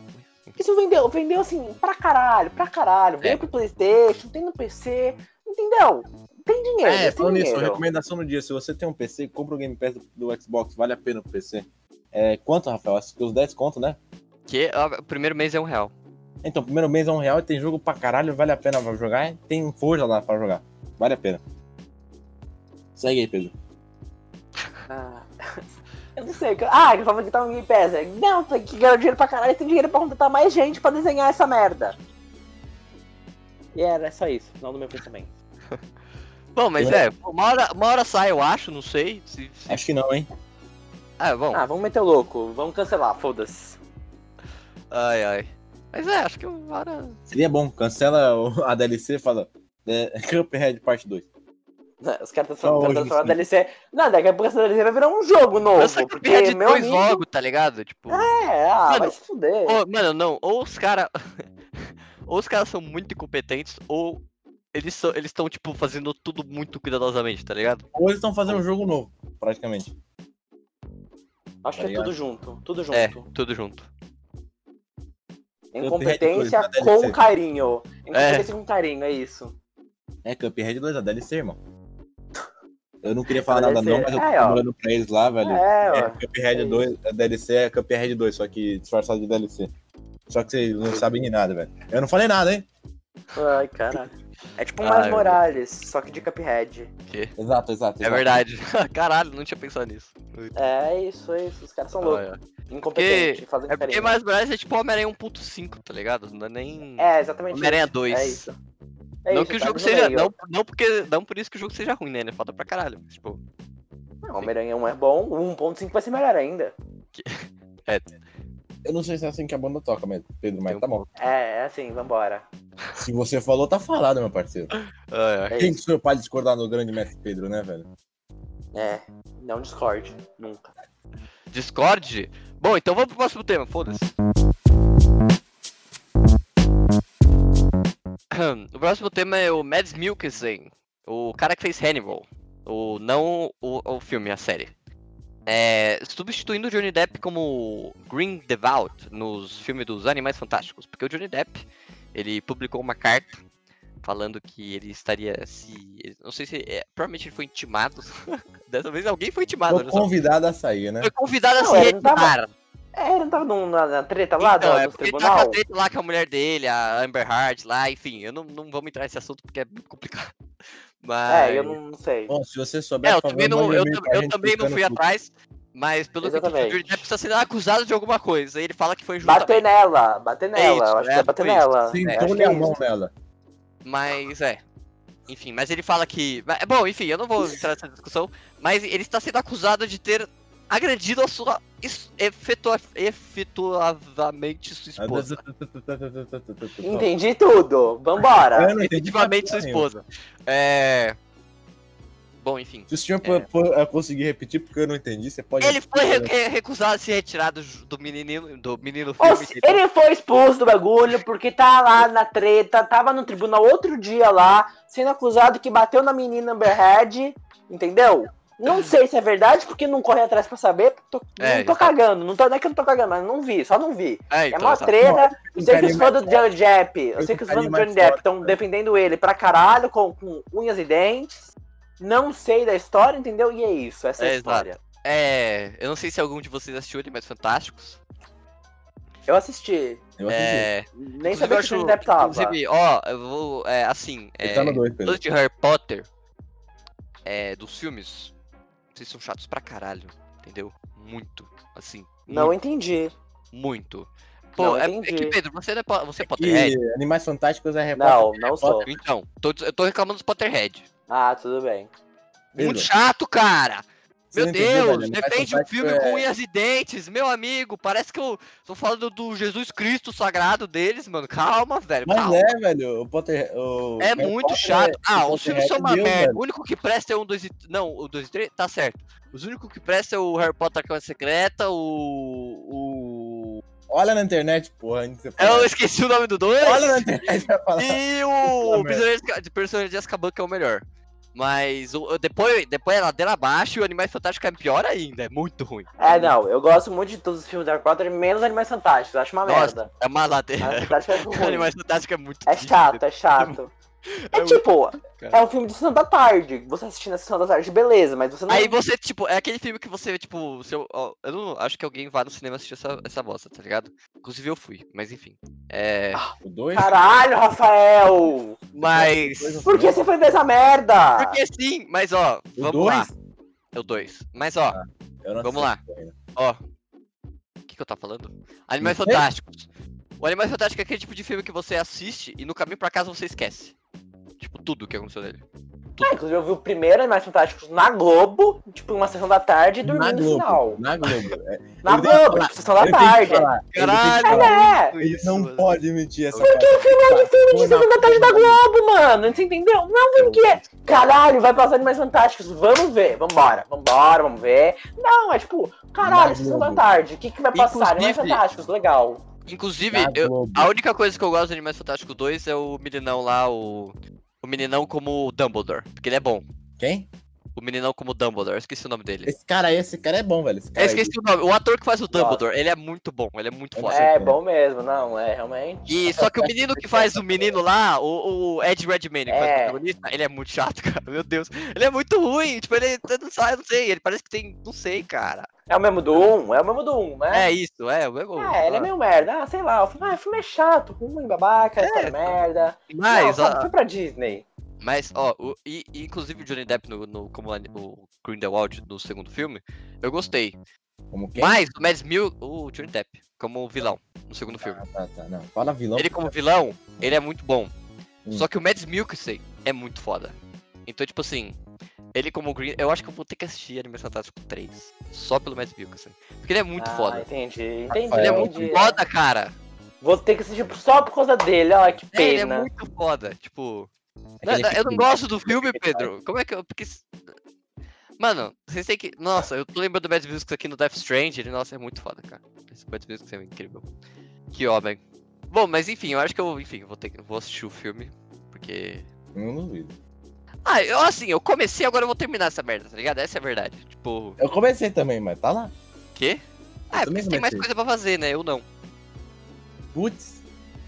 Speaker 3: Isso vendeu, vendeu assim, pra caralho, pra caralho. Veio
Speaker 1: É.
Speaker 3: pro Playstation, tem no PC, entendeu? Tem dinheiro,
Speaker 2: É,
Speaker 3: tem
Speaker 2: falando nisso,
Speaker 3: dinheiro.
Speaker 2: recomendação no dia. Se você tem um PC, compra o Game Pass do, do Xbox, vale a pena o PC. É, quanto, Rafael? Acho que os 10 conto, né?
Speaker 1: Que ó, o primeiro mês é um real.
Speaker 2: Então, primeiro mês é um real e tem jogo pra caralho, vale a pena jogar. Tem um Forza lá pra jogar. Vale a pena. Segue aí, Pedro.
Speaker 3: Ah, eu não sei. que- Ah, que falava que tava no Game Pass. é, Não, tem que ganhar dinheiro pra caralho, tem dinheiro pra contratar mais gente pra desenhar essa merda. E era só isso, final do meu pensamento.
Speaker 1: Bom, mas
Speaker 2: É.
Speaker 1: é, uma hora, uma hora sai, eu acho, não sei. se- se-
Speaker 2: Acho que não, hein?
Speaker 1: Ah, bom.
Speaker 3: Ah, vamos meter o louco, vamos cancelar, foda-se.
Speaker 1: Ai, ai. Mas é, acho que uma hora.
Speaker 2: Seria bom. Cancela o- a DLC e fala. É, Cuphead parte 2.
Speaker 3: Não, Os caras
Speaker 2: Só
Speaker 3: estão
Speaker 2: hoje,
Speaker 3: falando da
Speaker 2: sim.
Speaker 3: DLC. Não, daqui a pouco essa DLC vai virar um jogo novo.
Speaker 1: Essa
Speaker 3: porque,
Speaker 1: campeã de
Speaker 3: meu
Speaker 1: dois
Speaker 3: amigo,
Speaker 1: logo, tá ligado? Tipo.
Speaker 3: É, ah,
Speaker 1: Mano,
Speaker 3: vai se fuder.
Speaker 1: ou- mano, não, ou os caras. ou os caras são muito incompetentes, ou eles estão, eles tão, tipo, fazendo tudo muito cuidadosamente, tá ligado?
Speaker 2: Ou eles estão fazendo um jogo novo, praticamente.
Speaker 3: Acho
Speaker 2: Tá
Speaker 3: que é
Speaker 2: ligado?
Speaker 3: tudo junto, tudo junto.
Speaker 1: É, tudo junto.
Speaker 3: Incompetência
Speaker 2: Cuphead dois,
Speaker 3: com
Speaker 2: né,
Speaker 3: carinho. Incompetência com carinho, é isso.
Speaker 2: É Cuphead 2, a DLC, irmão. Eu não queria falar nada,
Speaker 3: DLC.
Speaker 2: não, mas eu tô
Speaker 3: É, ó.
Speaker 2: mandando pra eles lá, velho.
Speaker 3: É,
Speaker 2: É,
Speaker 3: ó.
Speaker 2: Cuphead
Speaker 3: é
Speaker 2: 2, a DLC é Cuphead 2, só que disfarçado de DLC. Só que vocês não sabem de nada, velho. Eu não falei nada, hein?
Speaker 3: Ai, caralho. É tipo um
Speaker 1: Ai,
Speaker 3: Miles
Speaker 1: meu
Speaker 3: Morales, só que de Cuphead.
Speaker 2: Exato, exato.
Speaker 1: É verdade. Caralho, não tinha pensado nisso.
Speaker 3: É isso, é isso. Os caras são
Speaker 1: Ai,
Speaker 3: loucos.
Speaker 1: ai.
Speaker 3: Incompetente, fazem
Speaker 1: É porque
Speaker 3: carinho.
Speaker 1: mais Morales é tipo Homem-Aranha 1.5, tá ligado? Não é nem.
Speaker 3: É, exatamente
Speaker 1: Homem-Aranha
Speaker 3: isso.
Speaker 1: 2.
Speaker 3: É isso. É
Speaker 1: não
Speaker 3: isso,
Speaker 1: que o
Speaker 3: tá
Speaker 1: jogo
Speaker 3: no
Speaker 1: seja.
Speaker 3: meio.
Speaker 1: Não, não, porque, não por isso que o jogo seja ruim, né? Ele é foda pra caralho. mas, Tipo,
Speaker 3: Não, Homem-Aranha 1 é bom, o 1.5 vai ser melhor ainda.
Speaker 2: Eu não sei se é assim que a banda toca, mas, Pedro,
Speaker 1: Tem
Speaker 2: mas
Speaker 1: um
Speaker 2: tá bom.
Speaker 3: É, é assim, vambora.
Speaker 2: Se você falou, tá falado, meu parceiro.
Speaker 1: ai, ai.
Speaker 3: É
Speaker 2: Quem
Speaker 3: isso.
Speaker 2: que sou eu pra discordar do grande mestre Pedro, né, velho?
Speaker 3: É. Não discorde, nunca.
Speaker 1: Discord? Bom, então vamos pro próximo tema, foda-se. Aham, O próximo tema é o Mads Mikkelsen, o cara que fez Hannibal. O, não o, o filme, a série. É, substituindo o Johnny Depp como Green Devout nos filmes dos Animais Fantásticos. Porque o Johnny Depp, ele publicou uma carta falando que ele estaria se... Não sei se... é, provavelmente ele foi intimado. Dessa vez alguém foi intimado.
Speaker 2: Foi
Speaker 1: olha só.
Speaker 2: convidado a sair, né?
Speaker 1: Foi convidado a
Speaker 3: Não,
Speaker 1: se
Speaker 3: ele não tava-
Speaker 1: retirar.
Speaker 3: É, ele não tava num- na, na treta lá
Speaker 1: Então,
Speaker 3: do,
Speaker 1: é
Speaker 3: do
Speaker 1: porque ele tá
Speaker 3: tribunal?
Speaker 1: com a treta lá com a mulher dele, a Amber Heard lá, enfim, eu não, não vamos entrar nesse assunto porque é muito complicado. Mas.
Speaker 3: É, eu não sei.
Speaker 2: Bom, se você
Speaker 1: É,
Speaker 2: souber,
Speaker 1: eu
Speaker 2: por favor,
Speaker 1: também não,
Speaker 2: manda um
Speaker 1: eu,
Speaker 2: e-mail
Speaker 1: tam-
Speaker 2: pra
Speaker 1: eu
Speaker 2: gente
Speaker 1: também não
Speaker 2: explicando
Speaker 1: fui
Speaker 2: tudo.
Speaker 1: atrás, mas pelo que eu entendi, o
Speaker 3: Exatamente.
Speaker 1: Johnny Depp está sendo acusado de alguma coisa. Ele fala que foi injusto.
Speaker 3: Bater nela, bater nela,
Speaker 1: isso,
Speaker 3: eu acho
Speaker 1: é,
Speaker 3: que é bater
Speaker 1: foi isso.
Speaker 3: nela.
Speaker 2: Sim,
Speaker 3: é,
Speaker 2: então
Speaker 3: acho que
Speaker 2: olha
Speaker 3: é
Speaker 2: a
Speaker 3: isso.
Speaker 2: mão nela.
Speaker 1: Mas é. Enfim, mas ele fala que. mas- Bom, enfim, eu não vou entrar nessa discussão, mas ele está sendo acusado de ter agredido a sua es- efetua, efetuavamente sua esposa.
Speaker 3: Entendi tudo, vambora.
Speaker 2: Eu não entendi
Speaker 1: Efetivamente sua
Speaker 2: porra nenhuma.
Speaker 1: esposa. É. Bom, enfim.
Speaker 2: Se o senhor
Speaker 3: É.
Speaker 2: po- po- eh, conseguir repetir, porque eu não entendi, você pode.
Speaker 1: Ele foi re- re- recusado a se retirar do, ju- do menino do menino
Speaker 3: Ou
Speaker 1: filme.
Speaker 3: se- ele foi expulso do bagulho porque tá lá na treta, tava no tribunal outro dia lá, sendo acusado que bateu na menina Amber Heard, entendeu? Não sei se é verdade, porque não corre atrás pra saber, porque tô-
Speaker 1: Uhum. É,
Speaker 3: não tô
Speaker 1: exato.
Speaker 3: cagando, não, tô, não é que eu não tô cagando, mas não vi, só não vi.
Speaker 1: É,
Speaker 3: é
Speaker 1: então,
Speaker 3: mó
Speaker 1: sabe?
Speaker 3: treta, eu sei que
Speaker 2: ficaria
Speaker 3: os fãs do Johnny Depp, eu
Speaker 2: eu
Speaker 3: sei que os
Speaker 2: ficaria
Speaker 3: fãs do
Speaker 2: mais
Speaker 3: Johnny Depp
Speaker 2: forte,
Speaker 3: estão
Speaker 2: né?
Speaker 3: defendendo ele pra caralho, com, com unhas e dentes, não sei da história, entendeu? E é isso, essa é a
Speaker 1: É, exato.
Speaker 3: história.
Speaker 1: É, eu não sei se algum de vocês assistiu ele, mas fantásticos.
Speaker 3: Eu assisti,
Speaker 2: Eu assisti.
Speaker 1: É,
Speaker 3: nem
Speaker 1: inclusive,
Speaker 3: sabia
Speaker 1: eu
Speaker 3: que o Johnny
Speaker 1: acho-
Speaker 3: Depp tava.
Speaker 1: Inclusive, ó, eu vou. É, assim.
Speaker 2: Ele
Speaker 1: é,
Speaker 2: tá no 2, Pedro.
Speaker 1: Todos de Harry Potter, é, dos filmes, vocês são chatos pra caralho, entendeu? Muito, assim,
Speaker 3: Não
Speaker 1: muito,
Speaker 3: entendi.
Speaker 1: muito. Pô,
Speaker 3: Não,
Speaker 1: é, é
Speaker 3: entendi.
Speaker 1: que Pedro, você não é, po- você é Potterhead?
Speaker 2: E Animais Fantásticos é repórter.
Speaker 3: Não, não sou.
Speaker 1: Então, tô diz- eu tô reclamando dos Potterhead.
Speaker 3: Ah, tudo bem.
Speaker 1: Muito chato, cara!
Speaker 2: Você
Speaker 1: Meu
Speaker 2: não entendeu, velho?
Speaker 1: Deus,
Speaker 2: Animais
Speaker 1: defende um
Speaker 2: Fantásticos
Speaker 1: filme
Speaker 2: é-
Speaker 1: com unhas e dentes, meu amigo, parece que eu tô falando do Jesus Cristo sagrado deles, mano, calma, velho,
Speaker 2: Mas
Speaker 1: calma.
Speaker 2: é, velho, o Potter. O
Speaker 1: É
Speaker 2: Harry
Speaker 1: muito
Speaker 2: Potter
Speaker 1: chato. ah,
Speaker 2: o
Speaker 1: os filmes são uma
Speaker 2: Potterhead deu,
Speaker 1: merda.
Speaker 2: velho.
Speaker 1: O único que presta é um, dois e. Não, o dois e três, tá certo. Os únicos que presta é o Harry Potter Câmara Secreta, o. o...
Speaker 2: é- Olha na internet, porra. antes de você falar.
Speaker 1: Eu esqueci o nome do dois.
Speaker 2: É. Olha na internet pra falar.
Speaker 1: E o
Speaker 2: Puta
Speaker 1: Prisioneiro de Azca- de Prisioneiro de Azkaban, que é o melhor. Mas o- o- depois, depois é ladeira abaixo e o Animais Fantásticos é pior ainda. É muito ruim.
Speaker 3: É, não, eu gosto muito de todos os filmes da Harry Potter, menos Animais Fantásticos. Acho uma
Speaker 1: Nossa,
Speaker 3: merda.
Speaker 1: É uma ladeira.
Speaker 3: Animais Fantásticos é ruim.
Speaker 1: Animais Fantásticos é muito
Speaker 3: É
Speaker 1: triste.
Speaker 3: chato, é chato.
Speaker 1: É
Speaker 3: É,
Speaker 1: muito
Speaker 3: tipo,
Speaker 1: cara.
Speaker 3: é um filme de sessão da tarde. Você assistindo a sessão da tarde, beleza, mas você não.
Speaker 1: Aí você, tipo, é aquele filme que você, tipo, seu, ó, eu não acho que alguém vá no cinema assistir essa, essa bosta, tá ligado? Inclusive eu fui, mas enfim. É.
Speaker 3: Ah,
Speaker 2: O 2?
Speaker 3: Caralho, Rafael!
Speaker 1: Mas.
Speaker 3: Por que você foi ver essa merda?
Speaker 1: Porque sim, mas ó,
Speaker 2: O
Speaker 1: vamos lá.
Speaker 2: 2?
Speaker 1: É o 2. Mas ó,
Speaker 2: Ah, Eu não
Speaker 1: Vamos
Speaker 2: assisti ainda.
Speaker 1: ó. O que, que eu tava falando? Animais
Speaker 2: sei.
Speaker 1: Fantásticos. O Animais Fantásticos é aquele tipo de filme que você assiste e no caminho pra casa você esquece. Tipo, tudo que aconteceu nele.
Speaker 3: Ah, inclusive, eu vi o primeiro Animais Fantásticos na Globo, tipo, uma sessão da tarde e dormi
Speaker 2: Na
Speaker 3: no
Speaker 2: Globo.
Speaker 3: final.
Speaker 2: Na Globo. É,
Speaker 3: Na
Speaker 2: Ele tem que
Speaker 3: Globo, tipo,
Speaker 2: falar,
Speaker 3: sessão da
Speaker 2: ele tem que
Speaker 3: tarde.
Speaker 2: falar, ele tem que
Speaker 1: Caralho!
Speaker 2: falar.
Speaker 3: É,
Speaker 2: Ele
Speaker 1: Isso,
Speaker 2: não
Speaker 1: mano.
Speaker 2: pode mentir essa
Speaker 1: Porque
Speaker 2: o filme é de
Speaker 3: filme de sessão da tarde da tá Globo, mano. Você entendeu? Não, filme que é. Caralho, vai passar Animais Fantásticos. Vamos ver, vambora, vambora, vamos ver. Não, é tipo, caralho,
Speaker 2: Na
Speaker 3: sessão da
Speaker 2: Globo.
Speaker 3: tarde. O que, que vai passar? Animais
Speaker 1: Inclusive-
Speaker 3: Fantásticos, legal.
Speaker 1: Inclusive,
Speaker 2: Na
Speaker 3: é
Speaker 1: eu,
Speaker 2: Globo.
Speaker 1: a única coisa que eu gosto do Animais Fantásticos 2 é o meninão lá, o. O meninão como Dumbledore. Porque ele é bom.
Speaker 2: Quem?
Speaker 1: O meninão como Dumbledore, eu esqueci o nome dele.
Speaker 2: Esse cara aí, esse cara é bom, velho. Esse
Speaker 1: Eu
Speaker 2: cara aí.
Speaker 1: esqueci o nome. O ator que faz o Dumbledore, ele é muito bom, ele é muito
Speaker 2: É
Speaker 1: foda.
Speaker 3: É,
Speaker 2: certeza.
Speaker 3: bom mesmo, não, é realmente.
Speaker 1: E só que o menino que faz o menino lá, o, o Ed Redmayne, que faz o
Speaker 3: É.
Speaker 1: protagonista, ele é muito chato, cara. Meu Deus. Ele é muito ruim. Tipo, ele eu não sabe, eu não sei. Ele parece que tem. Não sei, cara.
Speaker 3: É o mesmo do 1, é o mesmo do 1, né?
Speaker 1: É isso, é. o mesmo-
Speaker 3: É, ele é meio merda. Ah, sei lá, o filme, ah, o filme é chato, ruim,
Speaker 2: É,
Speaker 3: babaca, história merda.
Speaker 1: Mas,
Speaker 3: não,
Speaker 1: ó,
Speaker 3: Foi pra Disney.
Speaker 1: mas, ó, o- e, e inclusive o Johnny Depp no, no, como a- o Grindelwald no segundo filme, eu gostei.
Speaker 2: Como quem?
Speaker 1: Mas o Mads Mill, o Johnny Depp, como vilão, no segundo filme.
Speaker 2: Ah, tá, tá. Não, fala vilão.
Speaker 1: Ele como vilão, ele é muito bom.
Speaker 2: Hum.
Speaker 1: Só que o Mads Mikkelsen é muito foda. Então, tipo assim, ele como Green... Eu acho que eu vou ter que assistir Anime Fantástico 3. Só pelo Mads Mikkelsen. Porque ele é muito
Speaker 3: ah,
Speaker 1: foda.
Speaker 3: Entendi, entendi.
Speaker 2: Ele
Speaker 1: Ele é
Speaker 2: é
Speaker 1: muito
Speaker 3: entendi.
Speaker 1: foda, cara.
Speaker 3: Vou ter que assistir só por causa dele, olha que
Speaker 1: É, ele é
Speaker 3: pena.
Speaker 1: muito foda. Tipo...
Speaker 2: Aquele
Speaker 1: Não, não, eu não
Speaker 2: filme.
Speaker 1: gosto do filme, Pedro. Como é que eu... Porque... Mano, vocês têm que... Nossa, eu tô lembrando do Mads Mikkelsen aqui no Death Strange. Ele, nossa, é muito foda, cara. Esse Mads Mikkelsen é incrível. Que homem. Bom, mas enfim, eu acho que eu... Enfim, eu vou ter que... Vou assistir o filme. Porque...
Speaker 2: Não duvido.
Speaker 1: Ah, eu assim, eu comecei, agora eu vou terminar essa merda, tá ligado? Essa é a verdade. Tipo,
Speaker 2: Eu comecei também, mas tá lá.
Speaker 1: quê? Ah, é porque
Speaker 2: também
Speaker 1: você tem mais coisa
Speaker 2: comecei.
Speaker 1: pra fazer, né? Eu não.
Speaker 2: Putz,